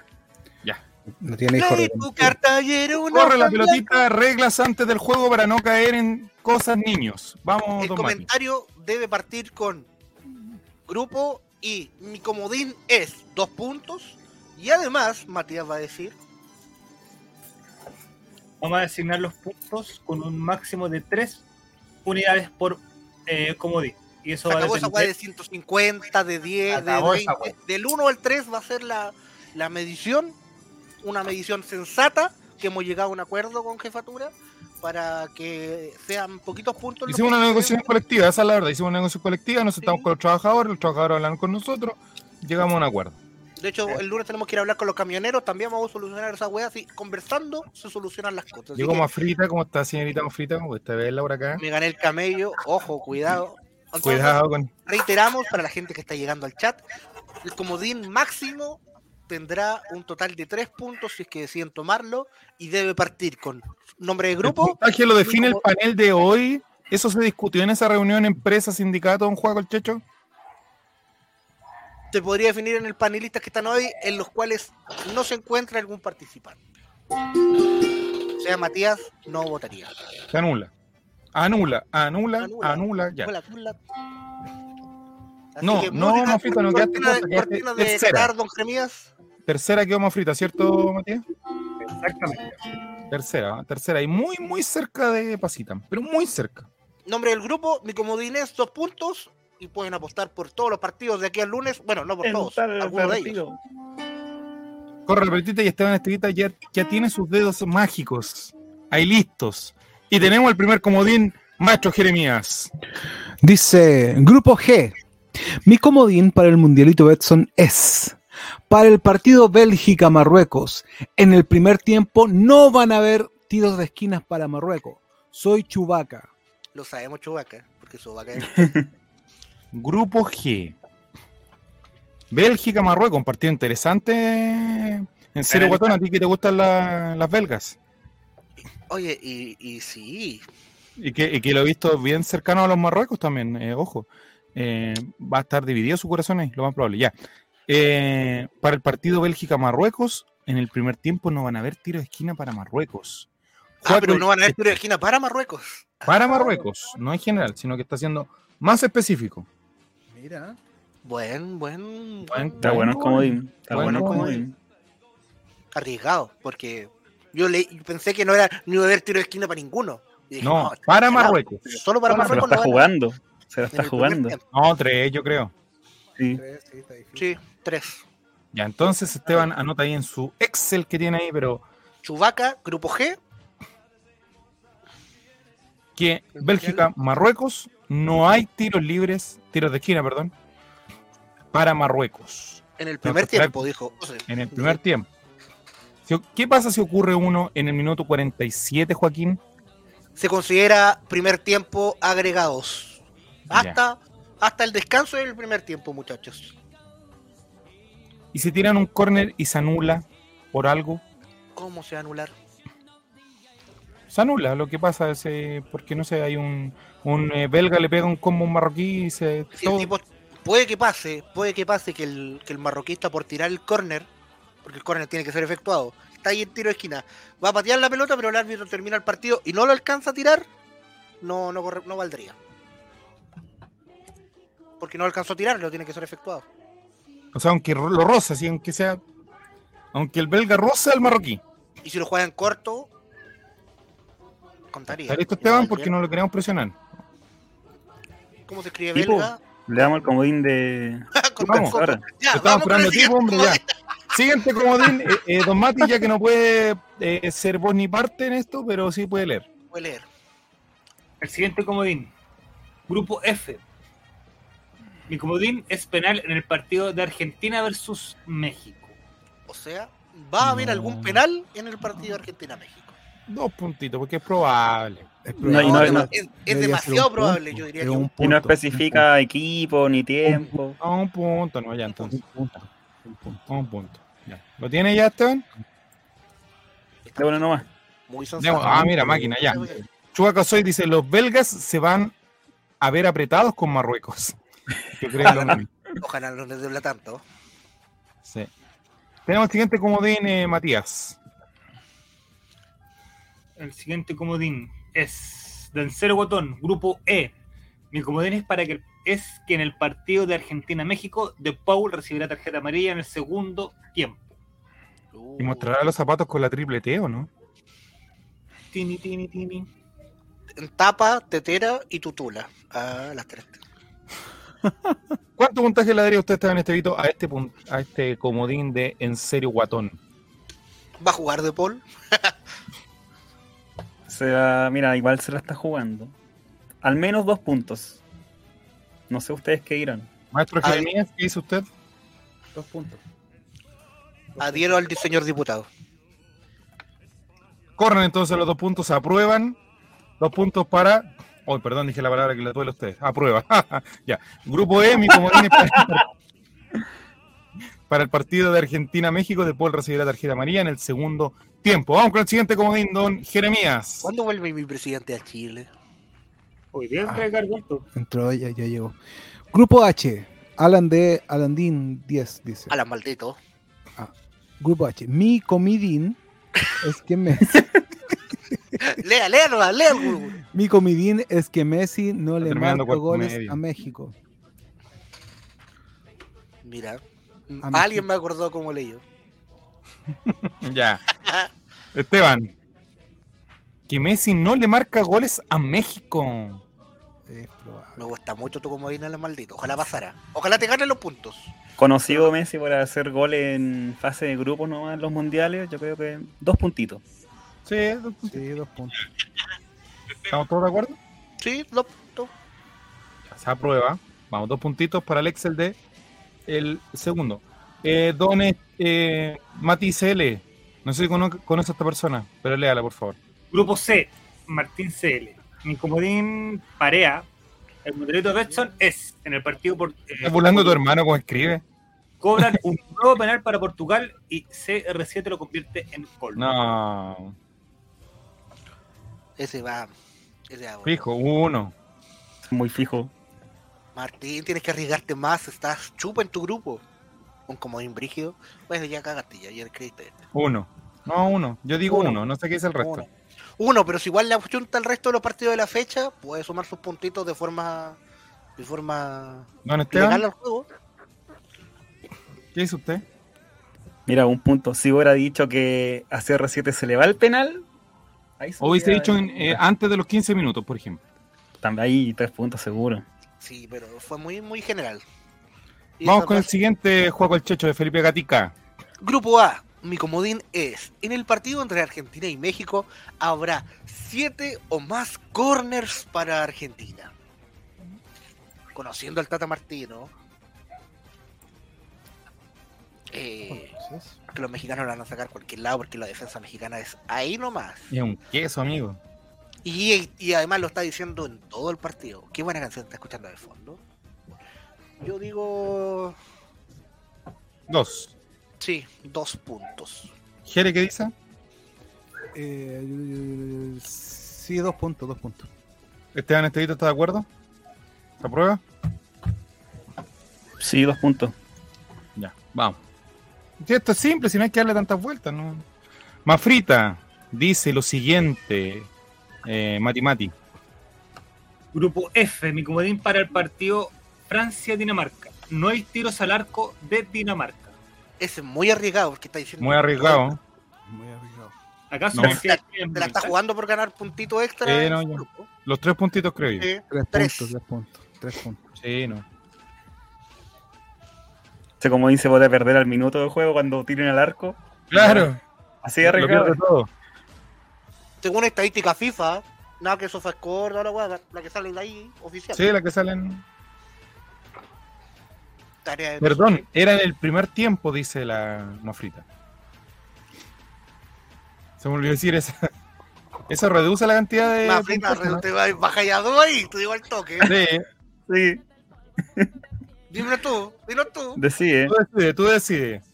S4: no tiene hijo.
S3: Play
S4: Rubén.
S3: tu cartallero, una
S2: Corre la
S3: familia.
S2: pelotita, reglas antes del juego para no caer en cosas niños. Vamos,
S3: El
S2: Don Mati.
S3: comentario debe partir con grupo y mi comodín es dos puntos. Y además, Matías va a decir,
S6: Vamos a designar los puntos con un máximo de 3 unidades por eh, comodín. Y eso
S3: se
S6: va a
S3: acabó esa weá de
S6: depender.
S3: 150, de 10, de
S6: Acabó esa
S3: 20. Del 1 al 3 va a ser la, la medición, una medición sensata, que hemos llegado a un acuerdo con jefatura para que sean poquitos puntos. los
S2: Hicimos
S3: que
S2: una
S3: se
S2: negociación
S3: den.
S2: colectiva, esa es la verdad. Hicimos una negociación colectiva, nos sentamos
S3: Sí.
S2: con los trabajadores, los trabajadores hablaron con nosotros, llegamos a un acuerdo.
S3: De hecho, el lunes tenemos que ir a hablar con los camioneros, también vamos a solucionar esa weá, así conversando se solucionan las cosas. Así
S2: Llegó
S3: que-
S2: Mafrita, ¿cómo está señorita Mafrita? ¿Cómo está Bella por acá?
S3: Me gané el camello, ojo, cuidado. Entonces,
S2: Cuidado con...
S3: Reiteramos para la gente que está llegando al chat, el comodín máximo tendrá un total de tres puntos si es que deciden tomarlo y debe partir con nombre de
S2: El
S3: grupo,
S2: puntaje lo define el panel de hoy ¿Eso se discutió en esa reunión empresa, sindicato, don Juan Colchecho?
S3: Te podría definir en el panelista que están hoy, en los cuales no se encuentra algún participante. O sea, Matías no votaría.
S2: Se anula. Anula, anula,
S3: Anula.
S2: anula, ya.
S3: Hola, hola. Así
S2: No, no,
S3: música,
S2: Mafito, no quedaste
S3: cortina,
S2: corta, quedaste
S3: cortina de
S2: tercera.
S3: Qatar, don Jeremías.
S2: Tercera quedó más frita,
S3: Uh.
S2: ¿cierto, Matías?
S6: Exactamente.
S2: Tercera, ¿eh? tercera. Y muy, muy cerca de Pasitan, pero muy cerca.
S3: Nombre del grupo, mi comodín es dos puntos. Y pueden apostar por todos los partidos de aquí al lunes. Bueno, no por todos, algunos de ellos.
S2: Corre Petita y Esteban Estevita ya, ya tiene sus dedos mágicos. Ahí listos. Y tenemos el primer comodín, Macho Jeremías.
S4: Dice, Grupo G. Mi comodín para el Mundialito Betson es para el partido Bélgica-Marruecos. En el primer tiempo no van a haber tiros de esquinas para Marruecos. Soy Chubaca.
S3: Lo sabemos, Chubaca, porque Chubaca es
S2: Grupo G. Bélgica, Marruecos, un partido interesante. En serio, Guatón, a ti que te gustan la- las belgas.
S3: Oye, y, y sí, Ah,
S2: Y que, y que lo he visto bien cercano a los Marruecos también, eh, ojo. Eh, va a estar dividido su corazón ahí, lo más probable, ya. Eh, para el partido Bélgica-Marruecos, en el primer tiempo no van a haber tiro de esquina para Marruecos.
S3: Ah, pero
S2: Juega
S3: no van a haber tiro de esquina para Marruecos.
S2: Para Marruecos, no en general, sino que está siendo más específico.
S4: Mira.
S3: Buen, buen,
S2: Buen-
S5: Está bueno el comodín. Está
S2: Bueno,
S5: bueno el comodín.
S3: arriesgado, porque yo le, pensé que no era ni iba a haber tiro de esquina para ninguno. Y dije,
S2: No,
S3: está
S2: para
S3: arriesgado.
S2: Marruecos.
S3: Solo para
S5: Se lo
S3: Marruecos.
S5: está
S3: no van a-
S5: jugando. Se
S3: en
S5: lo está
S3: el primer
S5: jugando.
S3: tiempo.
S2: No, tres, yo creo.
S5: Sí.
S3: Sí, tres.
S2: Ya, entonces Esteban anota ahí en su Excel que tiene ahí, pero
S3: Chubaca, Grupo G,
S2: que Bélgica, Marruecos, no hay tiros libres, tiros de esquina, perdón, para Marruecos
S3: en el primer
S2: pero-
S3: tiempo, dijo. José.
S2: en el primer tiempo. Si- ¿Qué pasa si ocurre uno en el minuto 47, Joaquín?
S3: Se considera primer tiempo agregados.
S2: Ya.
S3: Hasta, hasta el descanso del primer tiempo, muchachos.
S2: Y se tiran un córner y se anula por algo.
S3: ¿Cómo se va a anular?
S2: Se anula, lo que pasa es eh, porque no sé, hay un, un, eh, belga le pega un combo a un marroquí y se.
S3: Si el
S2: todo-
S3: tipo- puede que pase, puede que pase que el, que el marroquista por tirar el córner, porque el córner tiene que ser efectuado, está ahí en tiro de esquina, va a patear la pelota, pero el árbitro termina el partido y no lo alcanza a tirar, no, no, corre- no valdría. Porque no alcanzó a tirarlo, tiene que ser efectuado.
S2: o sea, aunque ro- lo roza, así, aunque sea. Aunque el belga roza al marroquí.
S3: Y si lo juegan corto, contaría.
S2: ¿Está listo Esteban?
S3: ¿eh?
S2: Porque no lo queremos presionar.
S3: ¿Cómo se escribe
S5: Tipo.
S3: belga?
S5: Le damos el comodín de.
S3: Con
S2: Vamos.
S3: coco.
S5: Ahora.
S3: Ya,
S2: Te estaba
S3: vamos con
S2: esperando
S3: el
S2: a ti,
S3: siguiente.
S2: pues, hombre, ya. Siguiente comodín, eh, eh, Don Mati, ya que no puede eh, ser voz ni parte en esto, pero sí puede leer.
S3: Voy a leer.
S6: El siguiente comodín. Grupo F. Mi comodín es penal en el partido de Argentina versus México.
S3: O sea, ¿va a haber algún
S2: No.
S3: penal en el partido Argentina-México?
S2: Dos puntitos, porque es probable.
S5: No, y no-
S3: es-
S5: no-
S3: es, es demasiado probable, yo diría que un-
S5: Y no especifica equipo ni tiempo.
S2: A un punto, no, ya entonces. A un punto. ya. ¿Lo tiene ya, Esteban?
S5: De bueno nomás.
S3: muy
S2: Demo-
S3: sensato.
S2: ah, mira, máquina, ya. Chubaca Soy dice: Los belgas se van a ver apretados con Marruecos. Yo creo lo mismo.
S3: Ojalá no les duela tanto.
S2: Sí. Tenemos el siguiente comodín, eh, Matías.
S6: El siguiente comodín es Dancero Guatón, grupo E. Mi comodín es para que es que en el partido de Argentina-México, De Paul recibirá tarjeta amarilla en el segundo tiempo.
S3: Uh,
S2: Y mostrará los zapatos con la triple T, ¿o no?
S6: Tini, tini, tini.
S3: Tapa, Uh, tetera y tutula. Ah, las tres.
S2: ¿Cuánto puntaje le daría usted, Esteban Estevito, a este, pun- a este comodín de En Serio Guatón?
S3: ¿Va a jugar de Paul?
S5: Se la- mira, igual se la está jugando. Al menos dos puntos. No sé ustedes qué dirán.
S2: Maestro
S3: A ver.
S2: Jeremías, ¿qué hizo usted?
S5: Dos puntos.
S3: Adhiero al señor diputado.
S2: Corren entonces los dos puntos, aprueban. Dos puntos para. Oh, perdón, dije la palabra que le duele a ustedes. Aprueba. ya. Grupo E, mi comodín es para, para el partido de Argentina-México. De Paul recibirá tarjeta amarilla en el segundo tiempo. Vamos con el siguiente comodín, don Jeremías.
S3: ¿Cuándo vuelve mi presidente a Chile?
S6: Hoy día entra el Gargulto.
S4: Entró, ya, ya llegó. Grupo H. Alan de Alandín 10 dice.
S3: Alan maldito.
S4: Grupo H. Mi comidín es que me-
S3: Lea, lea, nomás, lea, güey.
S4: mi comidín es que Messi no le
S2: terminando
S4: marca
S2: cuarto
S4: goles
S2: medio.
S4: a México.
S3: Mira.
S4: Amén.
S3: Alguien me acordó cómo leí yo.
S2: Ya. Esteban. Que Messi no le marca goles a México.
S4: Es probable.
S3: Me gusta mucho tu comodín, Alan maldito. Ojalá pasara. Ojalá te ganen los puntos.
S5: Conocido Messi por hacer gol en fase de grupos nomás en los mundiales, yo creo que dos puntitos.
S2: Sí,
S4: Sí, dos puntos.
S2: ¿estamos todos de acuerdo?
S3: Sí, los puntos.
S2: Ya Se aprueba. Vamos, dos puntitos para el Excel de el segundo. Eh, don eh, Matiz L. No sé si cono- conoce a esta persona, pero léala, por favor.
S6: Grupo C, Martín CL. Mi comodín Parea, el modelito Betson es en el partido por. eh,
S2: ¿Estás burlando a tu hermano como escribe?
S6: Cobran un nuevo penal para Portugal y CR7 lo convierte en gol.
S2: No.
S3: Ese va. Ese va. güey.
S2: Fijo, uno.
S5: Muy fijo.
S3: Martín, tienes que arriesgarte más. Estás chupa en tu grupo. Un comodín brígido. Bueno, ya cagaste, ya, ya creíste.
S2: Uno. No, uno. Yo digo
S3: Uno.
S2: uno. No sé qué es el resto.
S3: Uno. Uno, pero si igual le achunta el resto de los partidos de la fecha, puede sumar sus puntitos de forma. de forma.
S2: Don
S3: legal
S2: Esteban,
S3: al juego.
S2: ¿qué hizo usted?
S5: Mira, un punto. Si hubiera dicho que a CR7 se le va el penal, ahí se
S2: O hubiese
S5: queda
S2: dicho
S5: en-
S2: en, eh, antes de los 15 minutos, por ejemplo.
S5: También ahí tres puntos seguro.
S3: Sí, pero fue muy, muy general. Y
S2: Vamos
S3: esas
S2: con el
S3: dos-
S2: siguiente juego al checho de Felipe Gatica.
S3: Grupo A. Mi comodín es, en el partido entre Argentina y México habrá siete o más corners para Argentina. Conociendo al Tata Martino, eh,
S4: Entonces,
S3: que los mexicanos lo van a sacar a cualquier lado porque la defensa mexicana es ahí nomás.
S2: Es un queso, amigo.
S3: Y, y además lo está diciendo en todo el partido. Qué buena canción está escuchando de fondo. Yo digo,
S2: Dos.
S3: sí, dos puntos.
S2: ¿Jere qué dice?
S4: eh, sí, dos puntos, dos puntos.
S2: Esteban Estevito, ¿está de acuerdo? ¿Se aprueba?
S5: Sí, dos puntos.
S2: Ya, vamos. Sí, Esto es simple, si no hay que darle tantas vueltas. ¿no? Mafrita dice lo siguiente, eh, Mati Mati.
S6: Grupo F, mi comodín para el partido Francia-Dinamarca. No hay tiros al arco de Dinamarca.
S3: Ese es muy arriesgado porque está diciendo.
S2: Muy arriesgado.
S4: Muy arriesgado.
S6: ¿Acaso
S2: No.
S6: Francia
S3: Se la está jugando por ganar puntitos extra.
S2: Sí,
S3: en
S2: no,
S3: su
S2: ya.
S3: grupo.
S2: Los tres puntitos creo yo.
S3: Sí.
S4: Tres,
S3: Tres.
S4: puntos, tres puntos, tres puntos.
S2: Sí, no.
S5: Sé como dice, puede perder al minuto de juego cuando tiren al arco.
S2: Claro,
S5: Así de
S2: lo
S5: arriesgado.
S2: pierde todo.
S3: Según estadística FIFA, nada que Sofascore, toda la weá, la que salen de ahí, oficial.
S2: Sí, la que salen.
S3: Tarea de-
S2: Perdón, era en el primer tiempo, dice la Mafrita. Se me olvidó decir eso. Eso reduce la cantidad de.
S3: Más frita,
S2: puntos, ¿no?
S3: te va- baja ya dos ahí, te digo al toque.
S2: Sí,
S5: Sí,
S3: Dime tú, dilo tú.
S5: decide.
S2: tú decides, tú decides.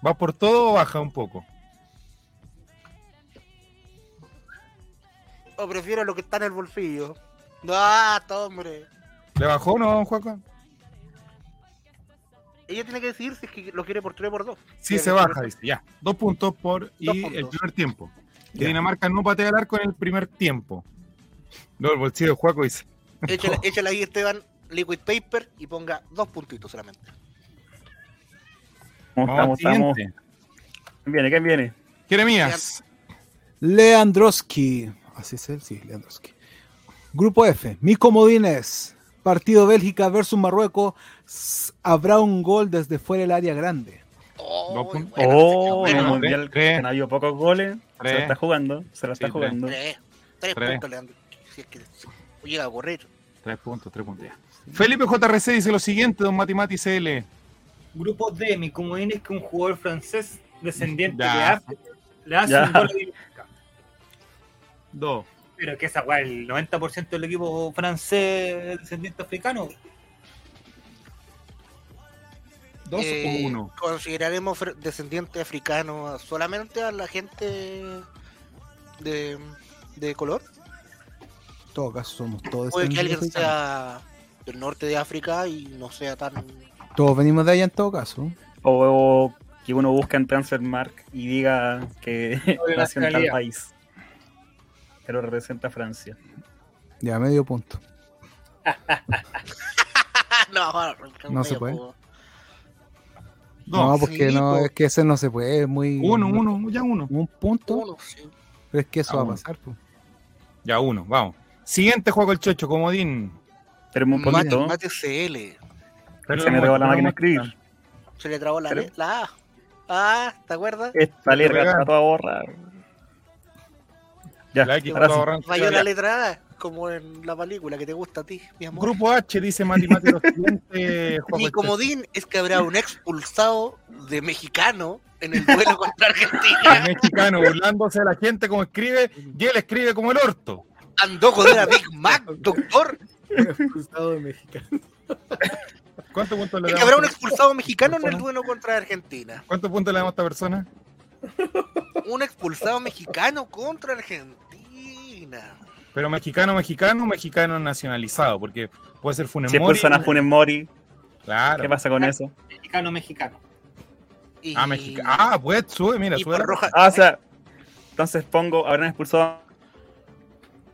S2: ¿Vas por todo o baja un poco?
S3: O prefiero lo que está en el bolsillo. Ah, todo, hombre.
S2: ¿Le bajó o no, Juaco?
S3: Ella tiene que decidir si es que lo quiere por 3 por 2.
S2: Sí, se baja, dice. Ya. Dos puntos por y
S3: Dos puntos.
S2: el primer tiempo. Que
S4: Ya.
S2: Dinamarca no patea el arco en el primer tiempo. No, el bolsillo de Juaco dice.
S3: Échale, échale ahí, Esteban, liquid paper y ponga dos puntitos solamente.
S5: Estamos,
S2: Vamos,
S5: estamos.
S2: "Oh, siguiente.
S5: ¿Quién viene? ¿Quién viene?
S2: Jeremías.
S4: Leandroski. Así es él, sí, Leandroski. Grupo F. Mi comodín es partido Bélgica versus Marruecos. S- Habrá un gol desde fuera del área grande.
S3: Oh,
S2: Dos puntos.
S3: buena,
S5: oh,
S3: señor.
S5: en el
S2: bueno,
S5: mundial
S2: tres,
S5: que no ha habido pocos goles.
S2: tres.
S5: se la está jugando. Se la está
S2: Sí, tres.
S5: jugando.
S3: Tres, tres,
S2: Tres.
S3: puntos le dan. Si es que si llega a correr.
S2: Tres puntos, tres puntos ya. Felipe JRC dice lo siguiente, don Matimati CL.
S6: Grupo D, mi comodín es que un jugador francés descendiente
S2: Ya.
S6: de África le hace
S5: Ya.
S6: un gol a Dinamarca.
S2: Dos.
S6: Pero que esa weá, el 90% del equipo francés descendiente africano.
S2: Dos
S3: Eh,
S2: o uno.
S3: Consideraremos fr- descendiente africano solamente a la gente de, de color.
S4: todo caso somos todos
S3: Puede que alguien
S4: descendientes
S3: sea del norte de África y no sea tan. ah,
S4: africanos. Todos venimos de allá en todo caso.
S5: O que uno busca en Transfermark y diga que
S6: Sobre
S5: nació en tal
S6: nacionalidad.
S5: país. Que lo representa Francia.
S4: Ya, medio punto.
S3: no, no,
S4: No se
S3: medio
S4: puede.
S3: juego.
S2: Dos.
S4: No, porque
S3: sí,
S4: no,
S3: po.
S4: es que ese no se puede, es muy...
S2: Uno, uno, ya uno.
S4: Un punto,
S3: Uno, sí.
S4: pero es que eso
S2: Ah,
S4: va a
S2: uno.
S4: pasar. po.
S2: Ya uno, vamos. Siguiente juego el chocho, comodín.
S5: Tenemos un
S3: Mate,
S5: poquito.
S3: mate CL.
S5: Se me trabó la máquina de escribir.
S3: Se le trabó la,
S5: Pero-
S3: le- la A. Ah, ¿te acuerdas?
S5: Esta letra
S2: pegar.
S5: está toda borrada. Ya,
S2: La X,
S5: ahora sí.
S2: todo arranca.
S3: Falló la letra A, como en la película que te gusta a ti, mi amor.
S2: Grupo H dice matemáticos siguiente
S3: Mi
S2: juego.
S3: comodín es que habrá un expulsado de mexicano en el duelo contra
S2: El
S3: Argentina.
S2: mexicano burlándose de la gente como escribe y él escribe como el orto.
S3: Andó con una Big Mac, doctor.
S7: Cruzado de México.
S2: ¿Cuántos puntos le
S3: Es que
S2: damos?
S3: habrá un expulsado mexicano en el duelo contra Argentina.
S2: ¿Cuántos puntos le damos a esta persona?
S3: Un expulsado mexicano contra Argentina.
S2: Pero mexicano, mexicano, mexicano nacionalizado, porque puede ser Funes
S5: Si
S2: Mori.
S5: expulsan a Funes Mori,
S2: Claro.
S5: ¿qué pasa con eso?
S6: Mexicano, mexicano.
S3: Y-
S2: Ah, mexica- ah, pues sube, mira,
S3: y
S2: sube.
S3: por
S2: la-
S3: roja.
S5: Ah, o sea, entonces pongo, habrán expulsado.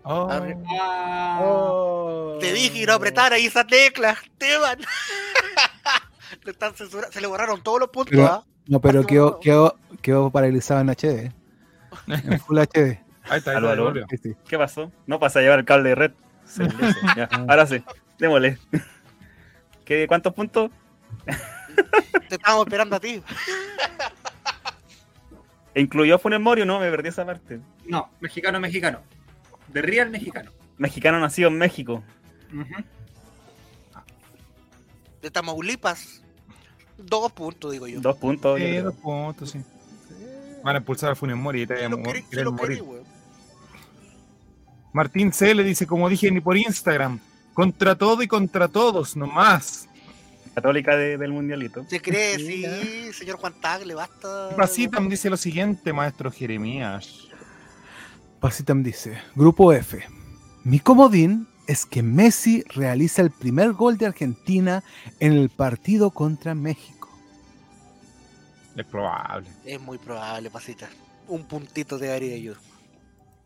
S2: Oh.
S3: Arre-
S6: Ah,
S7: Oh.
S3: Te dije que no apretar ahí esa tecla, Esteban. Le están censurando. Se le borraron todos los puntos.
S4: Pero-
S3: ¿ah?
S4: No, pero
S3: No,
S4: quedó,
S3: no.
S4: quedó, quedó paralizado en HD. En Full HD.
S2: Ahí está, ahí
S5: Aló,
S2: está,
S5: aló.
S2: volvió.
S4: Sí, sí.
S5: ¿Qué pasó? No pasa a llevar el cable de red. Se le hizo, ya. Ahora sí, démosle. ¿Qué, ¿Cuántos puntos?
S3: Te estábamos esperando a ti.
S5: E ¿Incluyó a Funes Mori o no? Me perdí esa parte.
S6: no, mexicano, mexicano. De Real mexicano.
S5: Mexicano nacido en México.
S6: Ujú.
S3: De Tamaulipas. Dos puntos, digo yo.
S5: Dos puntos. yo
S2: Eh,
S5: creo.
S2: dos puntos, sí. Van a expulsar a Funes Mori y te
S3: Sí
S2: van a
S3: lo
S2: mor-
S3: querí- sí
S2: querer
S3: lo
S2: morir.
S3: querí, weón.
S2: Martín C. le dice, como dije ni por Instagram, contra todo y contra todos, nomás.
S5: Católica de- del mundialito.
S3: Se cree, sí,
S7: Mira.
S3: señor Juan Tagle, basta.
S2: Pasitam dice lo siguiente, maestro Jeremías.
S4: Pasitam dice, Grupo F. Mi comodín es que Messi realiza el primer gol de Argentina en el partido contra México.
S2: Es probable.
S3: Es muy probable, Pasita. Un puntito te daría yo.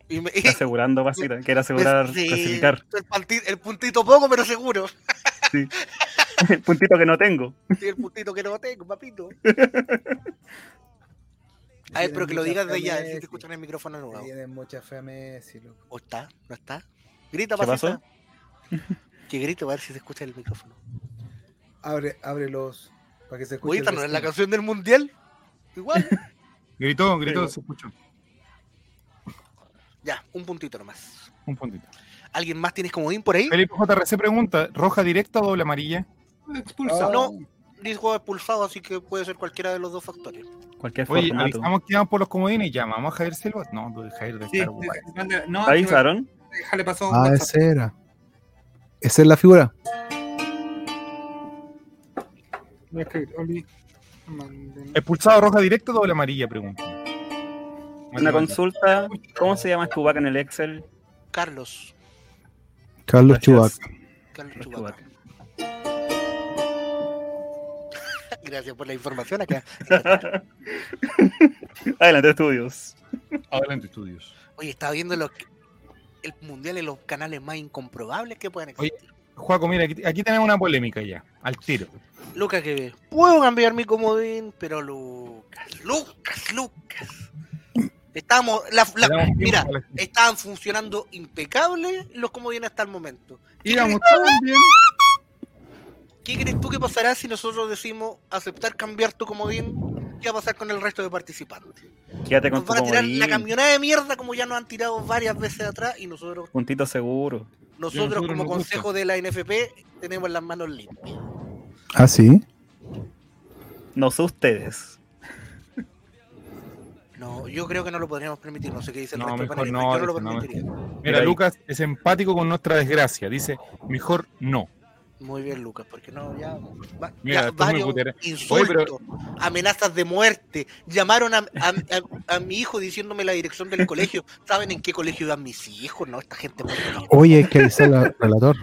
S3: Y me-
S5: Está asegurando, Basita. Quiere asegurar
S3: Sí,
S5: clasificar.
S3: El, punti- el puntito poco, pero seguro.
S5: El puntito que no tengo.
S3: Sí, el puntito que no tengo, papito. A ver, Ah, pero que lo digas de allá, a ver si te escuchan el micrófono nuevo.
S7: Tienen mucha fe a Messi, loco.
S3: ¿O está? ¿No está? Grita,
S5: ¿Qué
S3: Pasita.
S5: pasó?
S3: Que grite, a ver si se escucha el micrófono.
S7: Abre, ábrelos para que se escuche.
S3: Oye,
S7: el
S3: esta no es la
S7: vecino.
S3: canción del mundial. Igual.
S2: Gritó, gritó, se escuchó.
S3: ya, un puntito nomás.
S2: Un puntito.
S3: ¿Alguien más tienes comodín por ahí?
S2: Felipe JRC pregunta, ¿roja directa o doble amarilla?
S6: Expulsado.
S3: No, Liz juega expulsado, así que puede ser cualquiera de los dos factores.
S5: Cualquier
S2: Oye,
S5: formato.
S2: avisamos que vamos por los comodines y llamamos a Javier Silva. No, no, Javier de
S6: Sí,
S2: estar guay.
S6: manda- no,
S5: ¿Avisaron?
S6: Déjale pasó un
S4: Ah,
S6: WhatsApp.
S4: esa era. Esa es la figura.
S6: Voy a escribir, Oli, manden-
S2: Expulsado roja directa o doble amarilla, pregunta.
S5: Una consulta. ¿Cómo se llama Chubaca en el Excel?
S3: Carlos.
S4: Carlos Chubac.
S5: Gracias.
S3: Carlos
S5: Carlos
S3: Chubaca. Gracias por la información acá.
S5: Adelante, estudios.
S2: Adelante, estudios.
S3: Oye, estaba viendo los, el mundial en los canales más incomprobables que puedan
S2: Oye.
S3: existir.
S2: Juaco, mira, aquí, aquí tenemos una polémica ya, al tiro.
S3: Lucas, que ve. Puedo cambiar mi comodín, pero Lucas, Lucas, Lucas. Estamos, la,
S2: Le
S3: la-
S2: damos tiempo
S3: mira,
S2: a la gente.
S3: estaban funcionando impecables los comodines hasta el momento.
S2: Íbamos tan bien.
S3: ¿Qué crees tú que pasará si nosotros decimos aceptar cambiar tu comodín? ¿Qué va a pasar con el resto de participantes?
S5: Quédate con
S3: Nos
S5: tu
S3: van a tirar la
S5: comodín.
S3: camionada de mierda como ya nos han tirado varias veces atrás y nosotros,
S5: Puntito seguro.
S3: nosotros,
S2: nosotros
S3: como
S2: nos gusta.
S3: consejo de la NFP tenemos las manos limpias.
S4: Ah, sí.
S5: No sé ustedes.
S3: No, yo creo que no lo podríamos permitir, no sé qué dice el
S2: No,
S3: resto de
S2: mejor
S3: panelistas,
S2: no,
S3: yo no lo
S2: dice, no,
S3: permitiría.
S2: Mira,
S5: ahí.
S2: Lucas es empático con nuestra desgracia. Dice, mejor no.
S3: Muy bien, Lucas, porque no, ya. va-
S2: Mira,
S3: ya
S2: esto es muy
S3: varios
S2: putera. Oye, pero-
S3: insultos, amenazas de muerte. Llamaron a, a- a- a mi hijo diciéndome la dirección del colegio. ¿Saben en qué colegio iban mis hijos? No, esta gente. muy-
S2: Oh.
S4: Oye, hay que avisar al relator.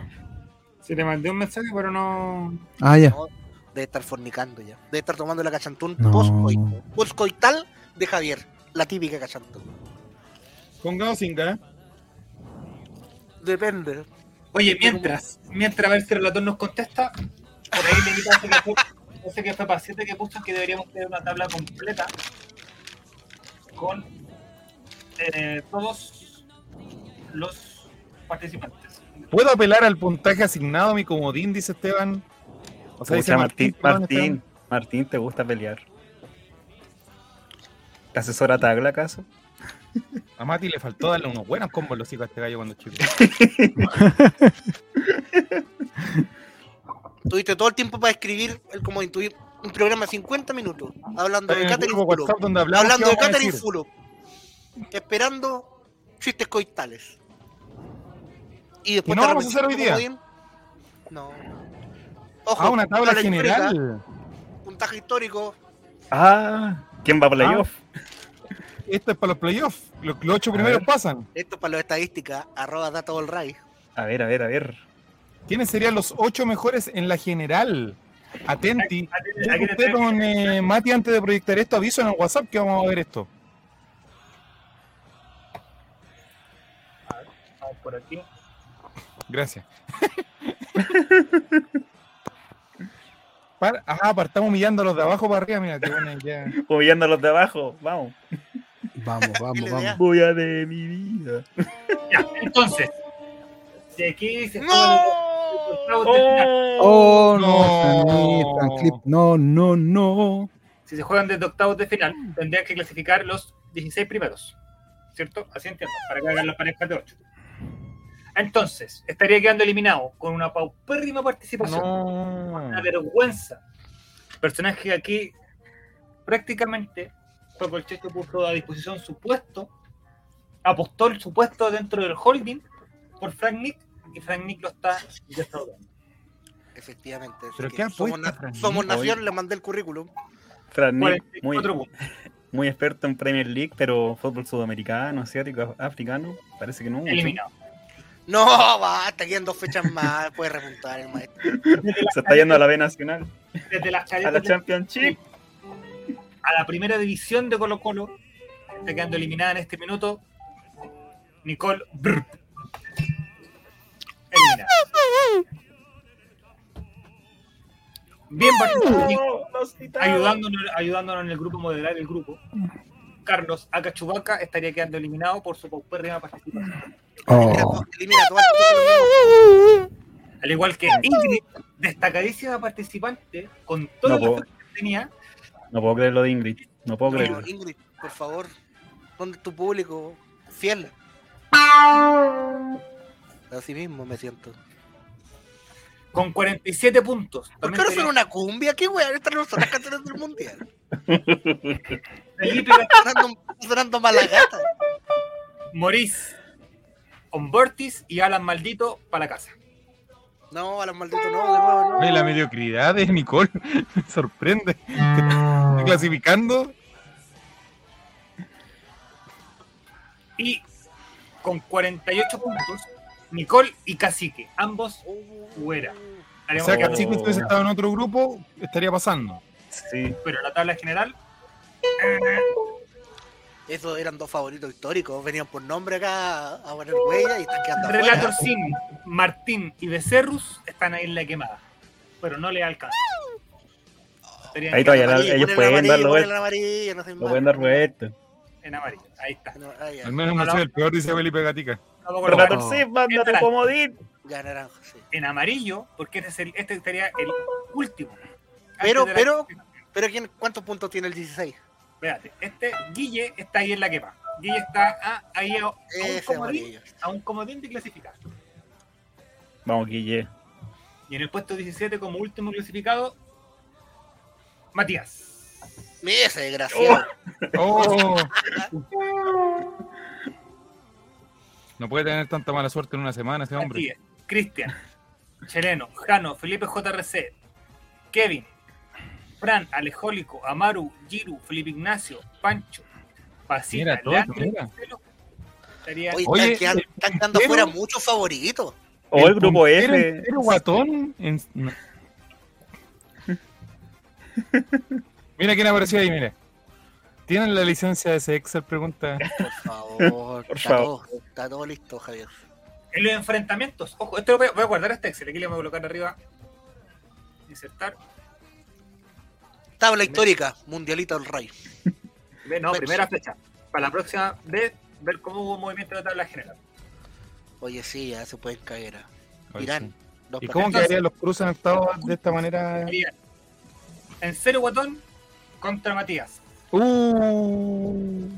S6: Se le mandé un mensaje, pero no.
S4: Ah, ya.
S3: No, debe estar fornicando ya. Debe estar tomando la cachantún
S4: No.
S3: poscoito- poscoital de Javier. La típica cachantún.
S2: Con Gausinga,
S3: Depende.
S6: Oye, mientras, mientras a ver si el relator nos contesta, por ahí le digo que fue, parece que fue paciente que puso que deberíamos tener una tabla completa con eh, todos los participantes.
S2: ¿puedo apelar al puntaje asignado a mi comodín? Dice Esteban. O sea, dice
S5: Pucha, Martín,
S2: Esteban,
S5: Martín, Martín, ¿te gusta pelear? ¿Te asesora Tagla acaso?
S2: Esteban. A Mati le faltó darle unos buenos combos en los hijos a este gallo cuando chico.
S3: Tuviste todo el tiempo para escribir el como intuir un programa de 50 minutos hablando
S2: Está
S3: de
S2: en el
S3: Catherine
S2: grupo
S3: Fulop.
S2: WhatsApp donde hablamos,
S3: Hablando
S2: ¿qué
S3: de
S2: vamos a
S3: Catherine
S2: decir?
S3: Fulop. Esperando chistes coitales. Y después
S2: no
S3: te
S2: vamos a hacer hoy
S3: arrepentiste
S2: día?
S3: como bien. No. Ojo,
S2: Ah, una tabla
S3: tabla histórica,
S2: general.
S3: puntaje histórico.
S5: Ah, ¿quién va a playoff?
S2: Esto es para los playoffs. Los, los ocho
S5: A
S2: primeros
S5: ver.
S2: pasan.
S3: Esto es para los estadísticas. Arroba data all right.
S2: Ah.
S5: A ver, a ver, a ver.
S2: ¿Quiénes serían los ocho mejores en la general? Atenti. Ya que
S6: Aquí
S2: usted
S6: tenemos-
S2: con eh, Mati, antes de proyectar esto, aviso en el WhatsApp que vamos a ver esto.
S6: a ver, por aquí.
S2: Gracias. Par- ajá, partamos humillando a los de abajo para arriba. Mira, qué buena idea.
S5: Moviendo a los de abajo, vamos.
S4: Vamos, vamos,
S3: LDA.
S4: vamos.
S5: Voy a de mi vida.
S6: Ya, entonces, de aquí se
S3: ¡No!
S4: Oh,
S2: No.
S4: no, Fran Clip. No, no, no.
S6: si se juegan desde octavos de final, tendrían que clasificar los 16 primeros. ¿Cierto? Así entiendo, para que hagan las parejas de 8. Entonces, estaría quedando eliminado con una paupérrima
S2: pues,
S6: participación.
S2: No.
S6: Una vergüenza. Personaje que aquí prácticamente fue por el Checho puso a disposición su puesto, apostó el su puesto dentro del holding por Frank Nick y Frank Nick lo está defraudando.
S3: Efectivamente. así
S2: ¿Pero
S3: que
S2: qué apuesta,
S3: somos, na-
S2: Francisco,
S3: somos nación,
S5: hoy?
S3: le mandé el currículum.
S5: Fran Nick, muy,
S6: 44 puntos.
S5: muy experto en Premier League, pero fútbol sudamericano, asiático, af- africano, parece que no. mucho.
S6: Eliminado.
S3: No, basta, quedan dos fechas más, puede remontar el maestro.
S5: Se está yendo a la B Nacional,
S6: Desde las
S5: a
S6: cadenas
S5: la Championship.
S6: a la primera división de Colo Colo. Está quedando eliminada en este minuto. Nicole Brr. Eliminada. Bien participado, Nicole, ayudándonos, ayudándonos en el grupo, moderar el grupo. Carlos Acachubaca estaría quedando eliminado por su paupérrima participación.
S3: Mira,
S4: Oh.
S3: to- Elimina todo el
S6: Al igual que Ingrid, destacadísima participante, con todo
S5: No
S6: el
S5: puedo.
S6: esfuerzo que tenía,
S5: No puedo creer lo de Ingrid, no puedo
S3: público.
S5: creerlo.
S3: Ingrid, por favor, ¿dónde es tu público fiel? Así mismo me siento.
S6: con 47 puntos.
S3: ¿Por qué
S6: También
S3: no
S6: tenía
S3: suena una cumbia? ¿Qué weón? Estas no son las canciones del mundial.
S6: Felipe
S3: Sonando, sonando mala gata.
S6: Morís, Humbertis y Alan Maldito para la casa.
S3: No, a los malditos no, de nuevo no.
S2: Oye, La mediocridad de Nicole me sorprende. Está clasificando.
S6: Y con 48 puntos, Nicole y Cacique, ambos fuera.
S2: O
S6: Haremos
S2: sea,
S6: que-
S2: que si hubiese estado en otro grupo, estaría pasando.
S5: Sí,
S6: Pero la tabla general,
S3: Esos eran dos favoritos históricos. Venían por nombre acá a poner huella y están quedando afuera.
S6: Relator Sim, Martín y Becerrus están ahí en la quemada. Pero no le alcanza. Estarían
S5: Ahí todavía
S6: en
S5: la-
S6: amarillo,
S5: ellos
S3: Ponle
S5: pueden
S3: amarillo,
S5: darlo
S3: ponle
S5: vuelta.
S3: amarillo, no sean
S5: lo
S3: malos.
S5: pueden dar vuelta.
S6: en amarillo. Ahí está.
S3: No, ah, ya.
S2: Al menos no soy el peor, dice Felipe Gatica.
S6: Vamos con los
S5: Relator,
S6: amarillos.
S5: sí, manda tu comodín.
S3: Ya, naranja, sí.
S6: En amarillo, porque este, es el- este sería el último.
S3: Pero-
S6: Antes de la-
S3: Pero ¿quién, ¿cuántos puntos tiene el 16?
S6: Espérate, este Guille está ahí en la quepa. Guille está a- ahí a, a un
S3: Ese
S6: comodín,
S3: amarillo.
S6: a un comodín de clasificar.
S5: Vamos, Guille.
S6: Y en el puesto 17, como último clasificado, Matías.
S3: Mira ese desgraciado.
S2: Oh. No puede tener tanta mala suerte en una semana ese hombre.
S6: Matías, Cristian, Sereno, Jano, Felipe JRC, Kevin, Fran, Alejólico, Amaru, Giru, Felipe Ignacio, Pancho, Pasita,
S2: Mira, todo,
S6: Leandro,
S2: mira.
S6: Marcelo. Estaría-
S3: Oye,
S2: Oye,
S3: están, quedando- están quedando
S2: pero-
S3: fuera muchos favoritos.
S5: O el grupo
S2: puntero
S5: F.
S2: entero guatón. en- no. mira quién apareció ahí, mira. ¿Tienen la licencia de ese Excel? Pregunta.
S3: Por favor,
S5: Por
S3: está,
S5: favor.
S3: Todo, está todo listo, Javier.
S6: En los enfrentamientos, ojo, esto lo voy a, voy a guardar este Excel, aquí le voy a colocar arriba. Insertar.
S3: Tabla histórica, mundialita del rey.
S6: Ve, No, primera fecha. Para la próxima vez, ver cómo hubo movimiento de tabla general.
S3: Oye, sí, ya se pueden caer. ah.
S2: Ay,
S3: Irán.
S2: sí.
S3: dos
S2: ¿Y cómo
S3: planetas.
S2: quedarían los cruces octavos de esta manera?
S6: En cero guatón contra Matías.
S2: Uh,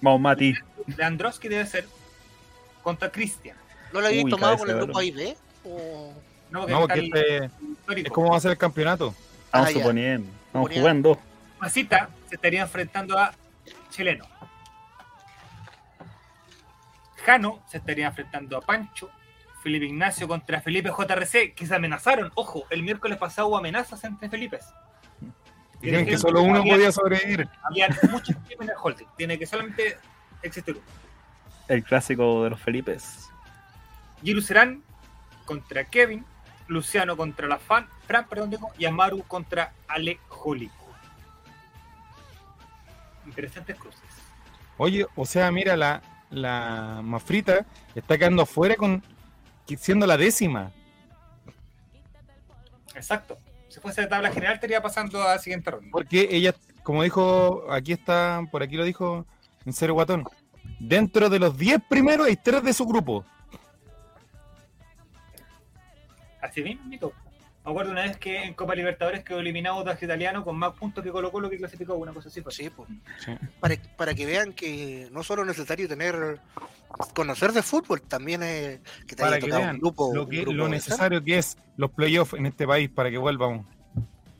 S5: Vamos, Mati.
S6: Leandroski debe ser contra Cristian.
S3: ¿No lo habían
S5: Uy,
S3: tomado
S5: cabeza
S3: con el
S5: de
S3: grupo A
S5: balón.
S3: y B? Oh, O-
S6: No, porque
S2: no,
S6: está
S2: porque
S6: el
S2: este
S6: histórico.
S2: es como va a ser el campeonato.
S5: Vamos
S3: Ah, ya.
S5: suponiendo. Vamos
S3: Suponiendo.
S5: jugando.
S6: Masita se estaría enfrentando a Chileno. Jano se estaría enfrentando a Pancho. Felipe Ignacio contra Felipe JRC, que se amenazaron. Ojo, el miércoles pasado hubo amenazas entre Felipes.
S2: Dijeron que solo uno
S6: Había-
S2: podía sobrevivir.
S6: Había muchos Felipes en el holding. Tiene que solamente existir uno.
S5: El clásico de los Felipes.
S6: Giru Serán contra Kevin. Luciano contra la Fan. Fran, perdón, digo, y Amaru contra Ale Jólico. Interesantes cruces.
S2: Oye, o sea, mira, la, la Mafrita está quedando afuera con, siendo la décima.
S6: Exacto. Si fuese de tabla general, estaría pasando a la siguiente ronda.
S2: Porque ella, como dijo, aquí está, por aquí lo dijo en Cero Guatón. Dentro de los 10 primeros hay 3 de su grupo.
S6: Así mismo, Nico. Me acuerdo una vez que en Copa Libertadores quedó eliminado Audax Italiano con más puntos que Colo Colo que clasificó, una cosa así. fue.
S3: Sí, pues.
S2: Sí.
S3: Para, para que vean que no solo es necesario tener conocer de fútbol, también es que te
S2: Para
S3: haya
S2: que
S3: tocado
S2: vean
S3: un grupo,
S2: Lo,
S3: un
S2: que-
S3: grupo
S2: lo
S3: de
S2: necesario que es los playoffs en este país para que vuelvan.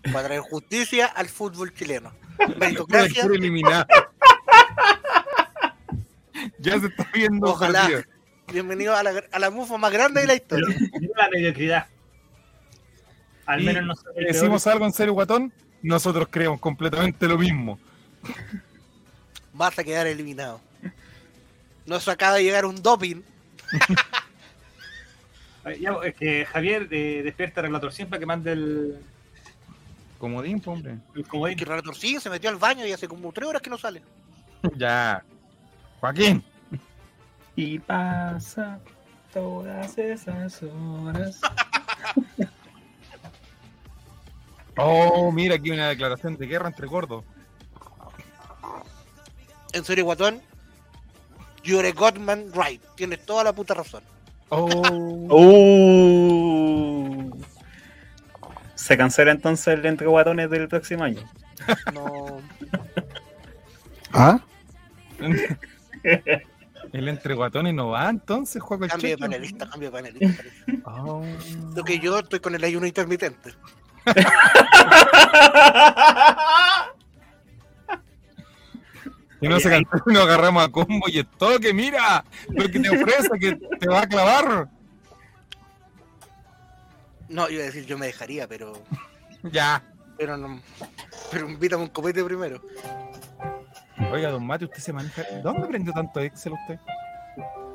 S3: esas, para traer justicia al fútbol chileno.
S2: Puede
S3: Meritocracia,
S2: ser eliminado. ya se está viendo
S3: Ojalá.
S2: perdido.
S3: bienvenido a la, a la mufa más grande de la
S6: Pero,
S3: historia.
S6: mira la mediocridad. Al
S2: Y
S6: menos no soy el
S2: Decimos algo en Cero Guatón, nosotros creemos completamente lo mismo.
S3: Vas a quedar eliminado. Nos acaba de llegar un doping.
S6: peor. Eh, ya, es que Javier eh, despierta el relator siempre que mande el,
S2: Comodín, po, hombre.
S6: el comodín.
S3: Que Renato Orsini se metió al baño y hace como tres horas que no sale.
S2: Ya. Joaquín.
S5: Y pasa todas esas horas.
S2: Oh, mira aquí una declaración de guerra entre gordos.
S3: En serio, Guatón, you're a Godman right. Tienes toda la puta razón.
S2: Oh.
S5: ¡Uh! Se cancela entonces el entre guatones del próximo año.
S3: No,
S4: ¿Ah?
S2: El entre guatones no va entonces, Juaco el
S3: cambio de
S2: Checho.
S3: panelista, cambio de panelista.
S2: Oh.
S3: Lo que yo estoy con el ayuno intermitente.
S2: Y no se cantó, nos agarramos a combo y es todo que mira, lo que te ofrece, que te va a clavar.
S3: No, iba a decir yo me dejaría, pero.
S2: Ya.
S3: Pero no. Pero invítame un copete primero.
S2: Oiga, don Mate, usted se maneja. ¿Dónde aprendió tanto Excel usted?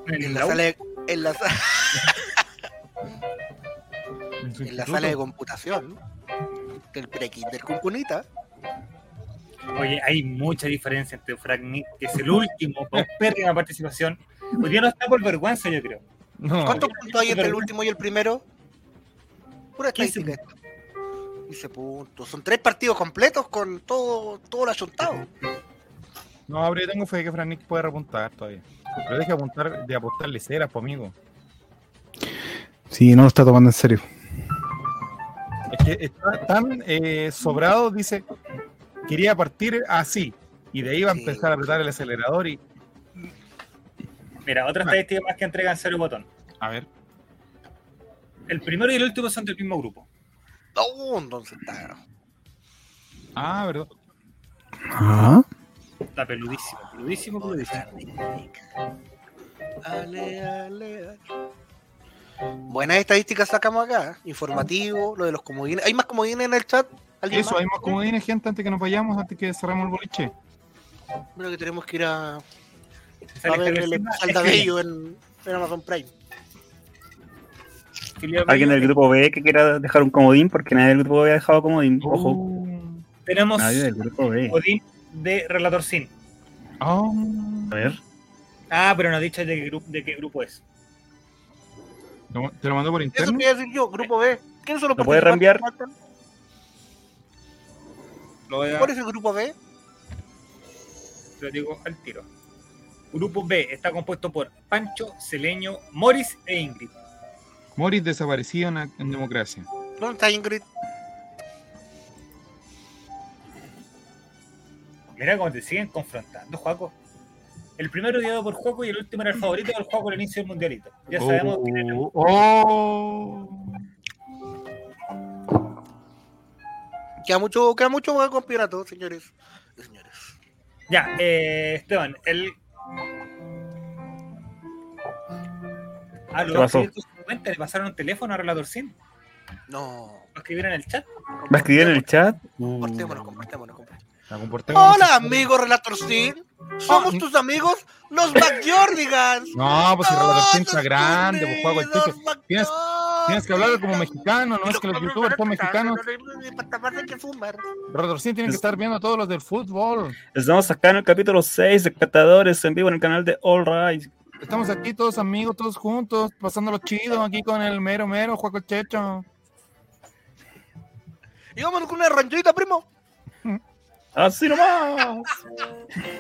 S3: En la sala de, en la, sa-
S2: En su
S3: en la
S2: instituto.
S3: sala de computación del pre-kinder con cunita.
S6: Oye, hay mucha diferencia entre Frank Nick, que es el último, con pérrima participación. Hoy día no está por vergüenza, yo creo.
S2: No.
S3: ¿Cuántos puntos hay entre el último y el primero? Pura
S6: 15
S3: estadística. esto. 15 puntos. Son tres partidos completos con todo, todo lo ayuntado.
S2: No, pero yo tengo fe que Franick puede repuntar todavía. Pero deje apuntar, de apostarle ceras, pues, amigo.
S4: Sí, no lo está tomando en serio.
S2: Es que está tan eh, sobrado, dice, quería partir así. Y de ahí va a
S3: Sí.
S2: empezar a apretar el acelerador y.
S6: Mira,
S3: Ah.
S6: otra estadística más que entregan cero botón.
S2: A ver.
S6: El primero y el último son del mismo grupo.
S3: No, entonces está.
S2: Ah, verdad.
S4: ¿Ah?
S6: Está peludísimo, peludísimo, peludísimo.
S3: Ale, ale, ale. Buenas estadísticas sacamos acá. ¿eh? Informativo, lo de los comodines. ¿Hay más comodines en el chat? ¿Alguien
S2: Eso,
S3: más?
S2: hay más comodines, gente, antes que nos vayamos, antes que cerramos el boliche.
S3: Creo que tenemos que ir a, a
S6: Sale
S3: ver
S6: Javier
S3: el
S6: Silva,
S3: Aldabello en, en Amazon Prime.
S6: escribe- escribe-
S5: Alguien del grupo B que quiera dejar un comodín, porque nadie del grupo B ha dejado comodín. Ojo,
S2: Uh,
S6: Tenemos
S5: nadie del grupo B.
S6: Odín de Relator Sin.
S2: ah,
S5: A ver,
S6: Ah, pero no ha dicho de qué, gru- de qué grupo es.
S2: ¿lo- ¿Te lo mandó por
S3: Eso
S2: interno?
S3: quería decir yo, grupo B. ¿Quiénes son los
S5: ¿Lo puede
S3: participantes
S5: reenviar?
S3: que faltan?
S6: Lo voy a-
S3: ¿Cuál es el grupo B?
S6: lo digo al tiro. Grupo B está compuesto por Pancho, Celeño, Morris e Ingrid.
S2: Moris desaparecido en, la- en democracia.
S3: ¿Dónde está Ingrid?
S6: Mira cómo te siguen confrontando, Juaco. El primero odiado por Juaco y el último era el favorito del Juaco al inicio del mundialito. Ya sabemos quién era.
S2: Oh, oh.
S3: Queda mucho, queda mucho para el campeonato, señores. y señores.
S6: Ya, eh, Esteban, el. Ah,
S5: ¿Qué
S6: lo
S5: pasó?
S6: escribieron en su cuenta, le pasaron un teléfono a Relator Sin.
S3: No.
S2: Uh.
S6: Lo escribieron en el chat.
S5: ¿va a escribir en el chat?
S3: Compartémonos, compartémonos, compartémonos.
S2: La comportemos.
S3: Hola, amigo Relator Sin. Somos tus amigos, los McJordigans.
S2: Ah, No, pues el relator
S3: Todos
S2: está grande, pues juego el
S3: unidos,
S2: ticket. Tienes- Tienes que hablar como mexicano, no es que los youtubers son mexicanos. Relatorcín tienen que estar viendo a todos los del fútbol.
S5: Estamos acá en el capítulo 6 de Catadores en vivo en el canal de All Right.
S2: Estamos aquí todos amigos, todos juntos, pasándolo chido aquí con el mero mero, Juaco Checho.
S3: Y vámonos con una rancherita, primo.
S5: Así nomás.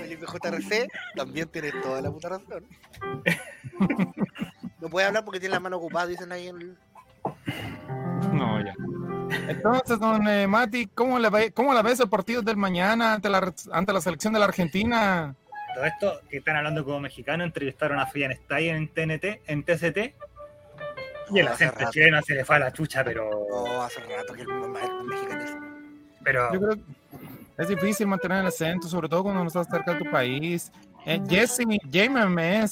S3: El JRC también tiene toda la puta razón. No puede hablar porque tiene la mano ocupada, dicen ahí en el...
S2: No, ya. Entonces, don eh, Mati, ¿cómo la, ve- ¿cómo la ves el partido del mañana ante la, ante la selección de la Argentina?
S6: Todo esto que están hablando como mexicano, entrevistaron a Fian Stay en TNT, en TCT. Y el
S3: No, hace
S6: acento
S3: rato.
S6: chileno se le fue a la chucha, pero.
S3: No, Oh, hace rato que el mamá es mexicano.
S6: pero
S2: Yo creo que es difícil mantener el acento, sobre todo cuando no estás cerca de tu país. Eh, Jesse, llámame.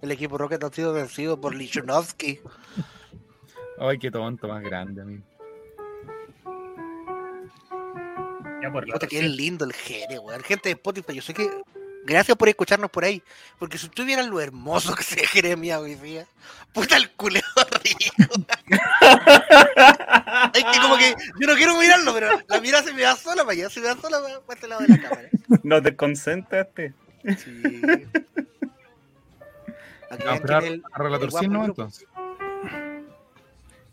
S3: El equipo Rocket ha sido vencido por Lichunovsky.
S2: Ay, qué tonto más grande, amigo.
S6: ya pues, por la
S3: Puta, qué lindo el gene, weón. Gente de Spotify, yo sé que. Gracias por escucharnos por ahí. Porque si tú vieras lo hermoso que se Jeremia hoy día. Puta el culeo rico. es que como que yo no quiero mirarlo, pero la mirada se me va sola para allá, se me va sola para, para este lado de la cámara.
S5: No te concentraste.
S3: Sí. Aquí
S2: No,
S3: ven
S2: pero a,
S3: quién es el-
S2: a Relatorcín
S3: guapo
S2: no,
S3: del grupo.
S2: entonces.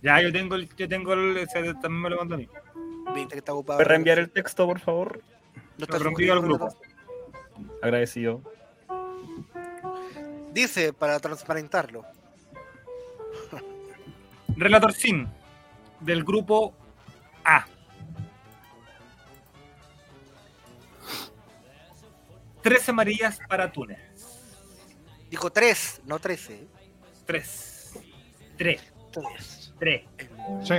S6: Ya, yo tengo el. Yo tengo el ese también me lo mandó a mí.
S3: viste que está ocupado.
S5: ¿Puedes reenviar el texto, por favor?
S3: No
S6: Lo reenvío al grupo.
S5: Agradecido.
S3: Dice para transparentarlo.
S6: Relator Sin, del grupo A. Tres amarillas para Túnez.
S3: Dijo tres, no trece.
S6: Tres. Tres.
S3: Tres.
S6: Tres.
S2: Sí.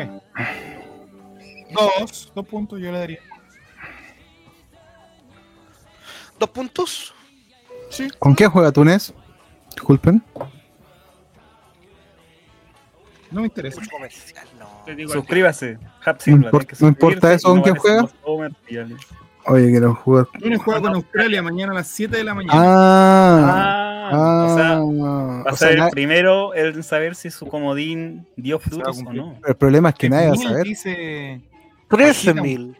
S2: Dos, dos puntos yo le daría.
S3: Dos puntos.
S4: ¿Con qué juega Túnez? Disculpen.
S2: No me interesa.
S3: Mucho comercial, no.
S6: Te digo al tiro.
S5: Suscríbase. Hap
S4: No
S5: Silva, tiene que
S4: importa- no importa
S5: suscribirse
S4: eso,
S5: y
S4: ¿con
S5: no
S4: quién
S5: vale ser
S4: juega?
S5: más Homer, pídale.
S4: Oye, quiero jugar.
S2: Lunes juega con Australia mañana a las 7 de la mañana.
S4: Ah,
S5: Ah, o sea,
S4: ah,
S5: va a
S4: o sea,
S5: ser
S4: na-
S5: el primero en saber si su comodín dio frutos o
S2: cumplir.
S5: no.
S4: el problema es que nadie va a
S2: Mil
S4: saber.
S2: Dice...
S3: Trece
S2: Imagina,
S3: mil.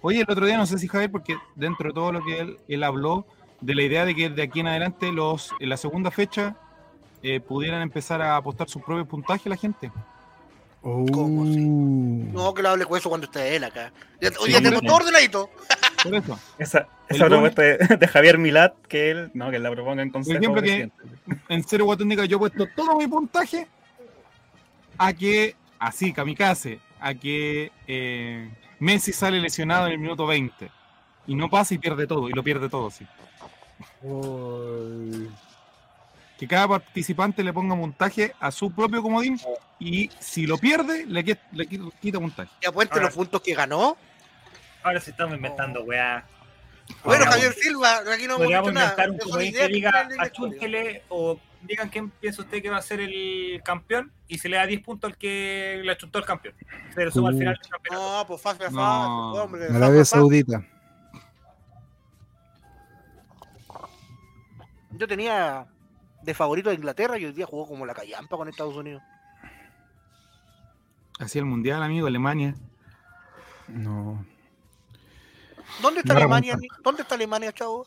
S2: Oye, el otro día no sé si Javier, porque dentro de todo lo que él, él habló, de la idea de que de aquí en adelante los en la segunda fecha eh, pudieran empezar a apostar sus propios puntajes la gente.
S3: ¿Cómo sí?
S4: Uh,
S3: No, que lo hable con eso cuando esté él acá. Ya,
S5: Sí,
S3: hoy ya tengo
S5: sí.
S3: todo ordenadito.
S2: Por eso.
S5: Esa,
S2: El
S5: esa
S2: lunes-
S5: propuesta de, de Javier Milat, que él, no, que la proponga en consejo.
S2: ejemplo que-
S5: presidente.
S2: En cero guatónica yo he puesto todo mi puntaje a que, así, kamikaze, a que eh, Messi sale lesionado en el minuto 20. Y no pasa y pierde todo, y lo pierde todo, sí.
S4: Oh.
S7: Uy.
S2: que cada participante le ponga montaje a su propio comodín y si lo pierde, le, qui- le qui- quita montaje.
S3: Ya pues, puente
S6: Ahora.
S3: los puntos que ganó.
S6: Ahora se estamos inventando, weá.
S3: Oh. Bueno, Javier Silva, aquí no hemos
S6: Podríamos
S3: dicho nada.
S6: inventar un
S3: Es una
S6: comodín
S3: idea
S6: que
S3: que
S6: diga
S3: sale de la historia.
S6: achúnquele o digan quién piensa usted que va a ser el campeón y se le da 10 puntos al que le achuntó el campeón. Pero suma al
S4: Uh.
S6: final del campeonato.
S3: No, pues fácil, fácil,
S2: No.
S3: hombre. fa,
S4: Arabia
S3: fa, fa.
S4: Saudita.
S3: Yo tenía de favorito a Inglaterra y hoy día jugó como la callampa con Estados Unidos.
S2: Así el mundial, amigo, Alemania.
S4: No.
S3: ¿Dónde está
S2: No
S3: Alemania? ¿Dónde está Alemania, chavo?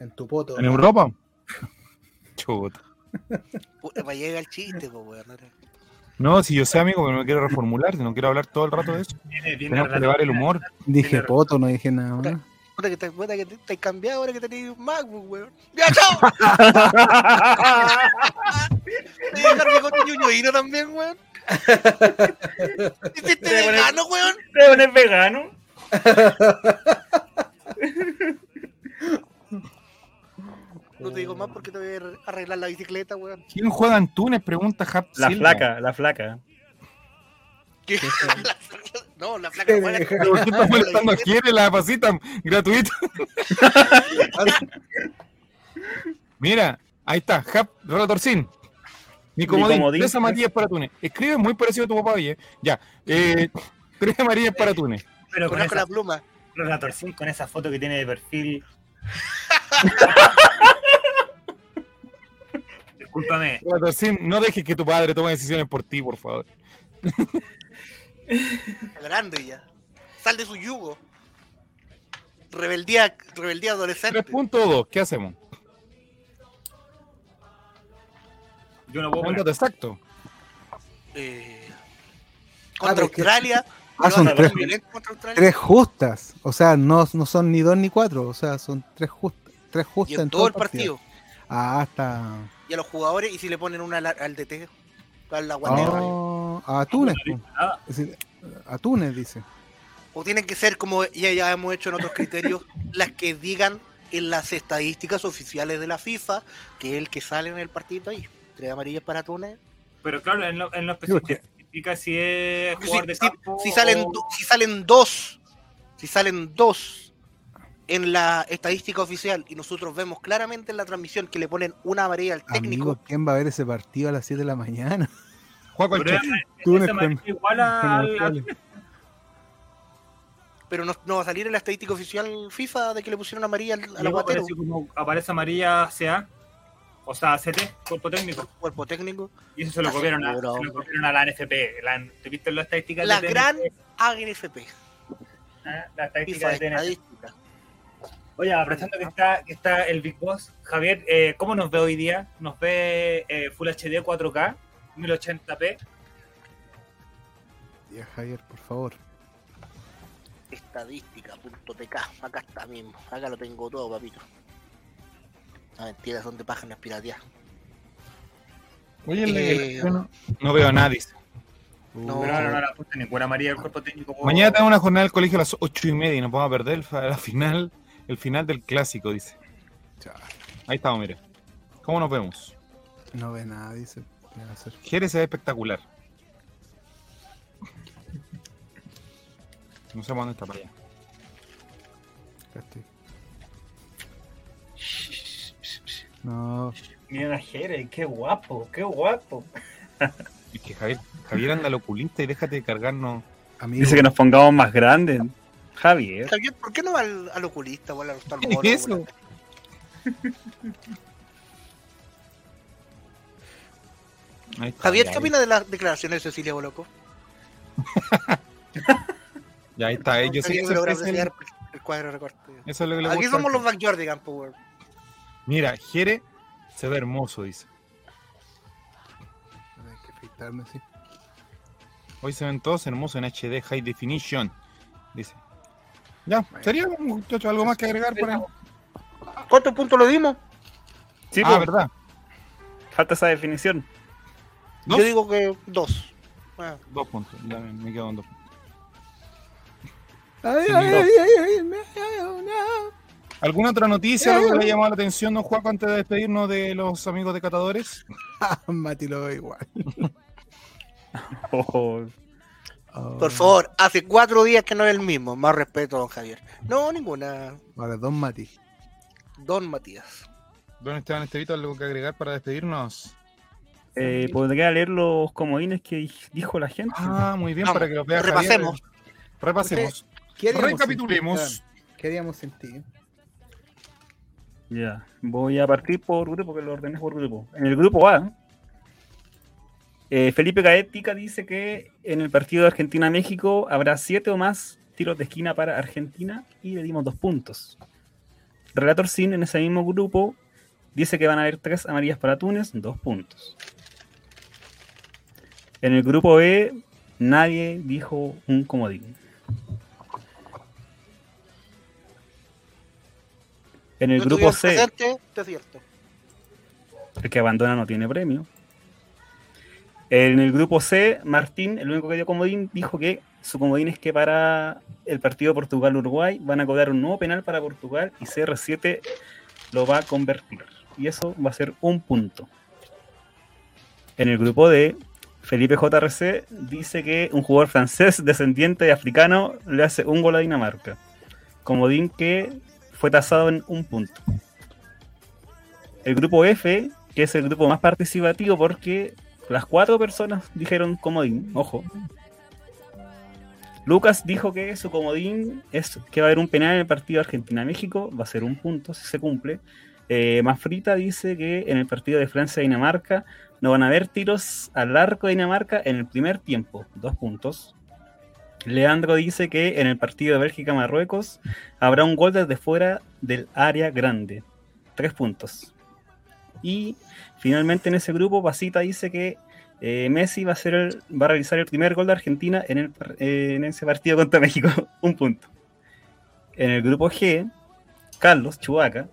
S7: En tu poto.
S2: ¿En Europa? Chuta.
S3: Puta, para llegar el chiste, pues, weón.
S2: No, si yo sé, amigo, pero no quiero reformular, no quiero hablar todo el rato de eso.
S6: Viene- viene
S2: Tenemos que elevar el humor.
S4: Dije
S6: Tiene-
S4: poto, no dije nada más.
S3: Puta que te puta que te, te has cambiado ahora que tenéis un MacBook, weón. ¡Ya, chao! Te voy a dejar bigote ñoñoíno también, weón. ¿Hiciste
S5: Te voy a poner-
S3: vegano, weón?
S5: Esteban es vegano.
S3: No te digo más porque te voy a arreglar la bicicleta, weón.
S2: ¿Quién juega en Túnez? Pregunta Hap
S5: La
S2: Silva.
S5: flaca, la flaca.
S3: No, la placa buena.
S2: Pero ¿Por qué estás molestando a Jere? La pasita gratuita. Mira, ahí está, Hap Rotorcín. Mi
S5: Mi
S2: comodín,
S5: comodín.
S2: tres amarillas para Túnez. Escribe muy parecido a tu papá, oye. Ya, eh, tres amarillas para Túnez.
S6: Pero con
S3: Conozco
S6: esa,
S3: la pluma.
S6: Ronatorcín, con esa foto que tiene de perfil. Discúlpame.
S2: Rotorcín, no dejes que tu padre tome decisiones por ti, por favor.
S3: Grande ya. Sal de su yugo. Rebeldía, rebeldía adolescente.
S2: 3.2, ¿qué hacemos?
S6: Yo no puedo
S2: Un
S6: poner.
S2: dato exacto.
S3: Eh,
S7: Ah,
S3: contra
S7: pero es que-
S3: Australia.
S4: Ah,
S3: Pero
S4: son
S3: no,
S4: tres,
S3: violento contra Australia.
S4: tres justas. O sea, no, no son ni dos ni cuatro. O sea, son tres justas. Tres
S3: Y
S4: justas
S3: en todo el partido.
S4: Ah, está.
S3: Y a los jugadores, y si le ponen una al, al DT, al aguatero.
S4: Oh, a Túnez. po.
S6: nada.
S4: Es decir, A Túnez, dice.
S3: O tienen que ser, como ya, ya hemos hecho en otros criterios, las que digan en las estadísticas oficiales de la FIFA, que es el que sale en el partido ahí. Tres amarillas para Túnez.
S6: Pero claro, él no, él no
S4: Sí, porque-
S6: especifica si es
S3: Si,
S6: jugador de
S3: si-
S6: campo
S3: si salen,
S6: o-
S3: do- si salen dos, si salen dos en la estadística oficial y nosotros vemos claramente en la transmisión que le ponen una amarilla al técnico,
S4: Amigo, ¿quién va a ver ese partido a las 7 de la mañana?
S2: Juega con
S6: Pero
S2: Chile.
S6: esa
S4: Túnez
S6: manera
S4: con-
S6: igual a
S4: con
S6: la-
S4: Australia.
S3: pero no, no va a salir en la estadística oficial FIFA de que le pusieron amarilla al, al
S6: Luego
S3: aguatero,
S6: aparece, como, aparece amarilla CA, o sea, CT, cuerpo técnico.
S3: cuerpo técnico.
S6: Y eso se lo
S3: Está
S6: copiaron a,
S3: Ah, seguro,
S6: se lo
S3: hombre.
S6: copiaron a la NFP. La, ¿Te viste las estadísticas?
S3: La
S6: de TNF?
S3: gran ANFP,
S6: Ah,
S3: FIFA
S6: Las estadísticas de TNF.
S3: estadística.
S6: Oye, aprovechando que está, que está el Big Boss, Javier, eh, ¿cómo nos ve hoy día? ¿Nos ve eh, Full HD 4K, 1080p?
S4: Ya, Javier, por favor.
S3: Estadística.tk, acá está mismo, acá lo tengo todo, papito. No, mentira, son de páginas pirateadas.
S2: Oye, el-
S3: Eh,
S2: el- no veo a nadie.
S3: No,
S6: Pero ahora no la apunta ninguna amarilla del cuerpo técnico.
S5: oh.
S6: por-
S2: Mañana tenemos una jornada del colegio a las ocho y media y nos vamos a perder el, fa- la final, el final del clásico, dice. Ahí estamos, mire. ¿Cómo nos vemos?
S4: No ve nada, dice. ¿Qué va a hacer?
S2: Jerez es espectacular. No sé dónde está para allá.
S4: Acá estoy. No,
S5: Mira, Jere, qué guapo, qué guapo.
S2: Es que Javier, Javier anda al oculista y déjate de cargarnos.
S4: amigo.
S5: Dice que nos pongamos más grandes. Javier.
S3: Javier, ¿por qué no va al, al oculista o al
S2: ¿Qué es
S3: oftalmólogo?
S2: eso? Ahí está,
S3: Javier,
S2: ya,
S3: ¿qué opinas de las declaraciones de Cecilia Boloco?
S2: Ya ahí está. eh, Yo sé que
S3: Javier,
S2: eso
S3: logra
S2: es, el-
S3: apreciar el cuadro de recorte.
S2: eso es lo que le
S3: Aquí
S2: gusta
S3: somos
S2: al-
S3: los Backyardigans, po, weón.
S2: Mira, Jere se ve hermoso, dice.
S4: Hay que afeitarme, sí.
S2: Hoy se ven todos hermosos en HD High Definition, dice. Ya, sería muchacho algo más que agregar para.
S3: ¿Cuántos puntos lo dimos?
S5: Sí,
S2: ah,
S5: pues,
S2: verdad.
S5: falta esa definición.
S2: ¿Dos?
S3: Yo digo que dos. Ah,
S2: Dos puntos. Ya me, me quedo con dos.
S4: Ay,
S2: Sí,
S4: ay,
S2: no.
S4: ay, ay, ay, me- ay, no.
S2: ¿Alguna otra noticia? ¿Algo que le haya llamado la atención, don Juaco, antes de despedirnos de los amigos de Catadores?
S4: Ah, Mati lo ve igual.
S5: Ojo.
S4: Oh,
S3: Por favor, hace cuatro días que no es el mismo. Más respeto, don Javier. No, ninguna.
S4: Ahora, Don Mati.
S3: Don Matías.
S2: Don Esteban Estevito, algo que agregar para despedirnos.
S5: Eh, Podría leer los comodines que dij- dijo la gente.
S2: Ah, muy bien,
S3: Vamos,
S2: para que los veas.
S3: repasemos.
S2: Repasemos.
S7: ¿Qué haríamos sin ti,
S2: Recapitulemos.
S7: Esteban? ¿Qué haríamos sin ti?
S5: Ya, voy a partir por grupo, que lo ordené por grupo. En el grupo A, eh, Felipe Gaética dice que en el partido de Argentina-México habrá siete o más tiros de esquina para Argentina y le dimos dos puntos. Relator Sin, en ese mismo grupo, dice que van a haber tres amarillas para Túnez, dos puntos. En el grupo B, nadie dijo un comodín. En el
S3: No
S5: grupo
S3: estuvieron
S5: C.
S3: presentes, esto es cierto.
S5: El que abandona no tiene premio. En el grupo C, Martín, el único que dio comodín, dijo que su comodín es que para el partido Portugal-Uruguay van a cobrar un nuevo penal para Portugal y CR7 lo va a convertir. Y eso va a ser un punto. En el grupo D, Felipe JRC dice que un jugador francés descendiente de africano le hace un gol a Dinamarca. Comodín que fue tasado en un punto el grupo F, que es el grupo más participativo porque las cuatro personas dijeron comodín, ojo. Lucas dijo que su comodín es que va a haber un penal en el partido Argentina-México, va a ser un punto si se cumple. Eh, Mafrita dice que en el partido de Francia-Dinamarca no van a haber tiros al arco de Dinamarca en el primer tiempo, dos puntos. Leandro dice que en el partido de Bélgica-Marruecos habrá un gol desde fuera del área grande, tres puntos. Y finalmente en ese grupo, Pasita dice que eh, Messi va a, ser el- va a realizar el primer gol de Argentina en, el par- eh, en ese partido contra México. Un punto. En el grupo G, Carlos Chubaca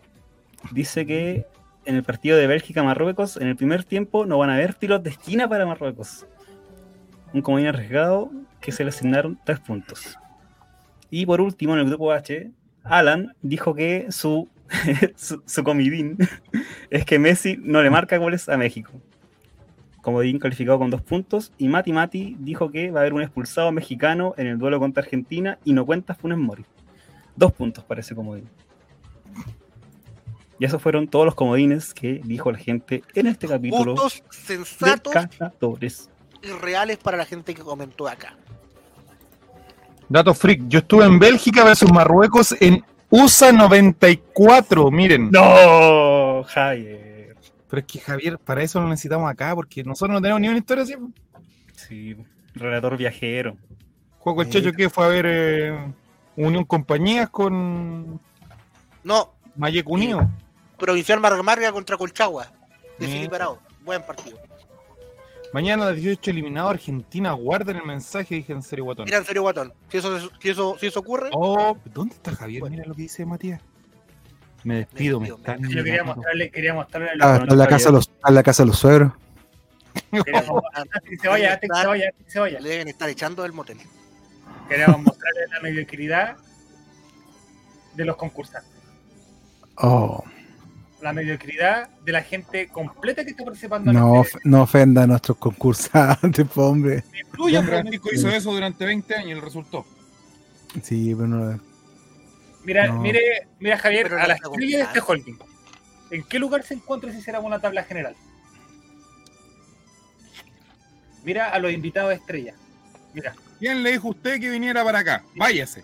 S5: dice que en el partido de Bélgica-Marruecos, en el primer tiempo, no van a haber tiros de esquina para Marruecos. Un comodín arriesgado que se le asignaron tres puntos. Y por último, en el grupo H, Alan dijo que su, su, su comidín es que Messi no le marca goles a México. Comodín calificado con dos puntos. Y Mati Mati dijo que va a haber un expulsado mexicano en el duelo contra Argentina y no cuenta Funes Mori. Dos puntos para ese comodín. Y esos fueron todos los comodines que dijo la gente en este capítulo
S3: Puntos
S5: de
S3: sensatos
S5: Cazadores.
S3: y reales para la gente que comentó acá.
S2: Dato freak. Yo estuve en Bélgica versus Marruecos en USA 94. Miren.
S5: ¡No! Javier.
S2: Pero es que Javier, para eso lo necesitamos acá, porque nosotros no tenemos ni una historia así.
S5: Sí, relator viajero.
S2: Juego el
S4: Sí.
S2: Checho que fue a ver eh, Unión Compañías con
S3: No,
S2: Mayek Unido.
S3: Provincial Margarita contra Colchagua. De
S2: Mira.
S3: Felipe Arao. Buen partido.
S2: Mañana a las 18 eliminado Argentina. Guarden el mensaje, dije en serio, guatón.
S3: Mira, en serio, guatón. Si eso, si eso, si eso ocurre,
S2: Oh, ¿dónde está Javier? Mira lo que dice Matías. Me despido, me
S3: despido,
S2: están.
S6: Yo quería
S2: mirando.
S6: mostrarle, quería mostrarle a
S4: Ah,
S5: no,
S4: a, la
S5: Javier.
S4: casa de los, a la casa de los suegros.
S6: queríamos- antes que se vaya, antes que se vaya, antes que se vaya.
S3: le deben estar echando del motel.
S6: Queríamos mostrarle la mediocridad de los concursantes.
S4: Oh,
S6: La mediocridad de la gente completa que está participando en
S4: no,
S6: este
S4: of- no ofenda a nuestros concursantes, po, hombre.
S6: me incluyo,
S2: Don
S6: pero me-
S2: Francisco hizo eso durante 20 años y le resultó.
S4: Sí, pero no.
S6: Mira,
S4: No.
S6: mire, mira Javier,
S3: Pero
S6: a
S3: no
S6: la
S3: está
S6: estrella de este
S3: complicado.
S6: holding. ¿En qué lugar se encuentra si será una tabla general? Mira a los invitados estrella. Mira,
S2: ¿Quién le dijo a usted que viniera para acá? Váyase.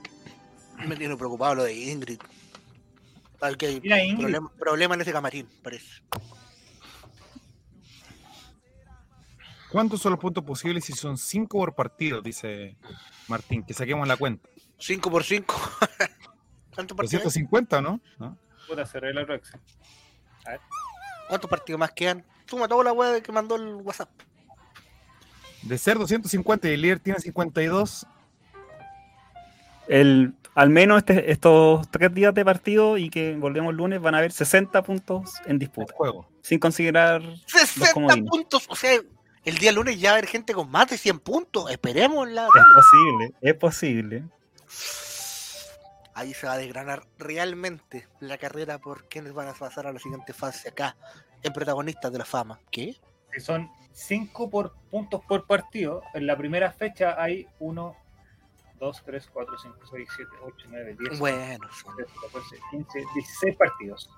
S3: Me tiene preocupado lo de Ingrid. Tal que hay
S6: mira Ingrid.
S3: problema, problema en ese camarín, parece.
S2: ¿Cuántos son los puntos posibles si son 5 por partido? Dice Martín, que saquemos la cuenta.
S3: 5 por 5 ¿Cuántos partidos,
S2: 250, ¿no? ¿No?
S6: Puta, cerré la próxima.
S3: ¿Cuántos partidos más quedan? Suma toda la weá que mandó el WhatsApp.
S2: De ser 250 y el líder tiene 52,
S5: El, al menos este- estos tres días de partido y que volvemos el lunes van a haber 60 puntos en
S2: el
S5: disputa.
S2: juego.
S5: Sin considerar.
S3: 60
S5: comodines.
S3: puntos. O sea, el día lunes ya va a haber gente con más de 100 puntos. Esperemos la.
S5: Es posible, es posible.
S3: Ahí se va a desgranar realmente la carrera por quienes van a pasar a la siguiente fase acá, en protagonistas de la fama. ¿Qué?
S6: que son 5 por, puntos por partido, en la primera fecha hay 1, 2, 3, 4, 5, 6, 7, 8, 9, 10,
S3: Bueno,
S6: 13, 14, 15, 16 partidos.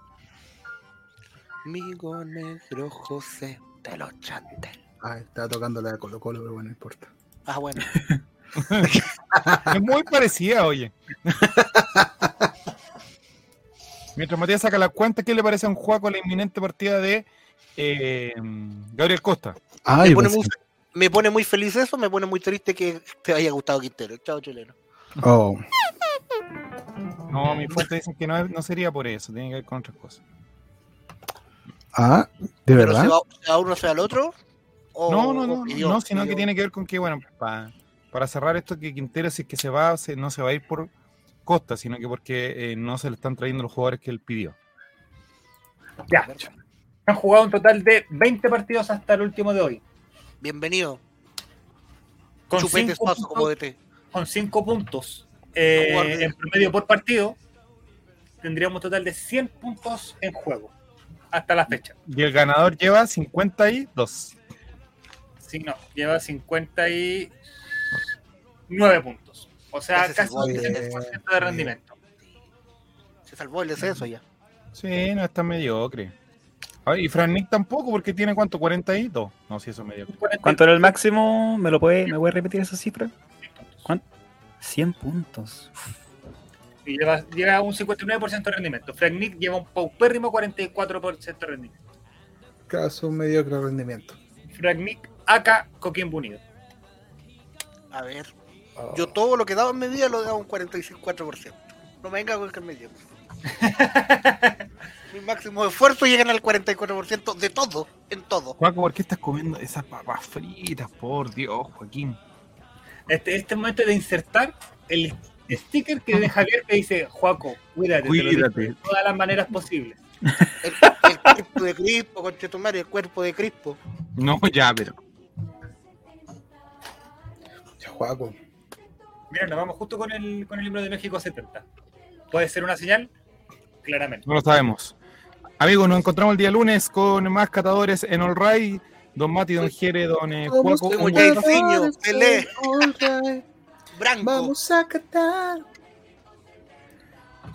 S3: amigo negro José de los Chantel.
S4: Ah, estaba tocando la de Colo Colo, pero bueno, no importa.
S3: Ah, bueno.
S2: Es muy parecida, oye. Mientras Matías saca la cuenta, ¿qué le parece a un Juaco la inminente partida de eh, Gabriel Costa?
S4: Ah,
S3: Me
S4: yo
S3: pone,
S2: pues
S4: pensé-
S3: muy, me pone muy feliz eso, me pone muy triste que te haya gustado Quintero. Chao, chileno.
S4: Oh,
S2: No, mi fuente dicen que no, es- no sería por eso, tiene que ver con otras cosas.
S4: ah, ¿de
S3: Pero
S4: verdad?
S3: se va, se va uno, se va al otro. o-
S2: No, no, no,
S3: o pidió-
S2: no, sino que
S3: pidió-
S2: tiene que ver con que, bueno, pa- para cerrar esto, que Quintero, si es que se va, se- no se va a ir por Costa, sino que porque eh, no se le están trayendo los jugadores que él pidió.
S6: Ya. Han jugado un total de 20 partidos hasta el último de hoy.
S3: Bienvenido.
S6: Con
S3: Chupete
S6: 5
S3: espacio como
S6: puntos,
S3: de té.
S6: con cinco puntos eh,
S3: Jugador de-
S6: en promedio por partido, tendríamos un total de 100 puntos en juego hasta la fecha.
S2: Y el ganador lleva 52.
S6: Sí, no, lleva 59 puntos. O sea,
S3: Ese eh, es el
S6: casi un
S3: gol.
S6: 100% de rendimiento.
S3: Se salvó el descenso ya.
S2: Sí, no es tan mediocre. A ver, y Fran Nick tampoco, porque tiene cuánto, 42. No, si eso es mediocre.
S5: ¿Cuánto era el máximo? ¿Me lo puede, me puede repetir esa cifra? ¿Cuánto? 100 puntos.
S6: Y lleva, llega a un 59% de rendimiento. Frank Nick lleva un paupérrimo 44% de rendimiento.
S4: Caso mediocre rendimiento.
S6: Frank Nick, acá, Coquimbo Unido.
S3: A ver. Yo todo lo que daba en mi vida lo daba un 46-4%. No me venga con que me llevo. Mi máximo esfuerzo llegan al 44% de todo, en todo.
S2: Juaco, ¿por qué estás comiendo esas papas fritas? Por Dios, Joaquín.
S6: Este, este momento de insertar el sticker que de Javier que dice, Juaco, cuídate, te lo digo de
S2: Cuídate.
S6: todas las maneras posibles.
S3: El, el cuerpo de Crispo, conchetumare, el cuerpo de Crispo.
S2: No, ya, pero.
S4: Chahuaco.
S6: Mira, nos vamos justo con el, con el libro de México 70. ¿Puede ser una señal? Claramente.
S2: No lo sabemos. Amigos, nos encontramos el día lunes con más catadores en All Right. Don Mati, Don Jere, Don eh, Juaco. un
S3: Fuimos
S2: gusto.
S3: ya Jairzinho, Pelé,
S7: Alright,
S3: Branco.
S7: Vamos a catar.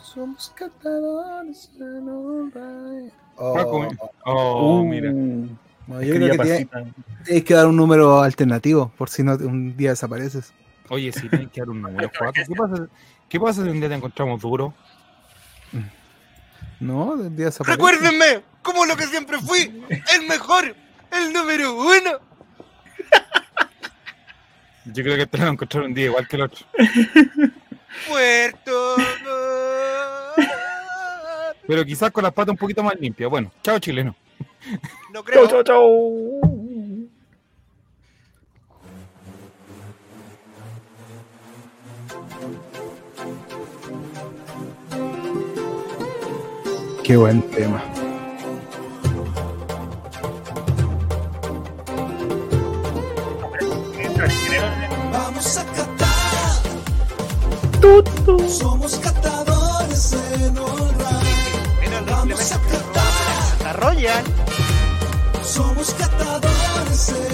S7: Somos catadores. en all right.
S3: eh.
S2: Juaco, Oh,
S5: Uh,
S2: mira.
S4: No, yo creo
S5: quería
S4: que tiene-
S5: pasita.
S4: hay que dar un número alternativo, por si no un día desapareces.
S2: Oye, sí, tienes que dar un número, Juaco. ¿Qué pasa, ¿Qué pasa si un día te encontramos duro?
S4: No, un día desapareces.
S3: Recuérdenme, como lo que siempre fui, el mejor, el número uno.
S2: Yo creo que te lo vas a encontrar un día igual que el otro.
S3: Puerto. Montt.
S2: Pero quizás con las patas un poquito más limpias. Bueno, chao, chileno.
S3: No
S5: Chau,
S3: creo.
S5: chau, chau.
S4: Qué buen tema.
S1: Vamos a catar. Somos catadores en All Right.
S3: Era los implementos que se robaban. Arroyan.
S1: Somos catadores en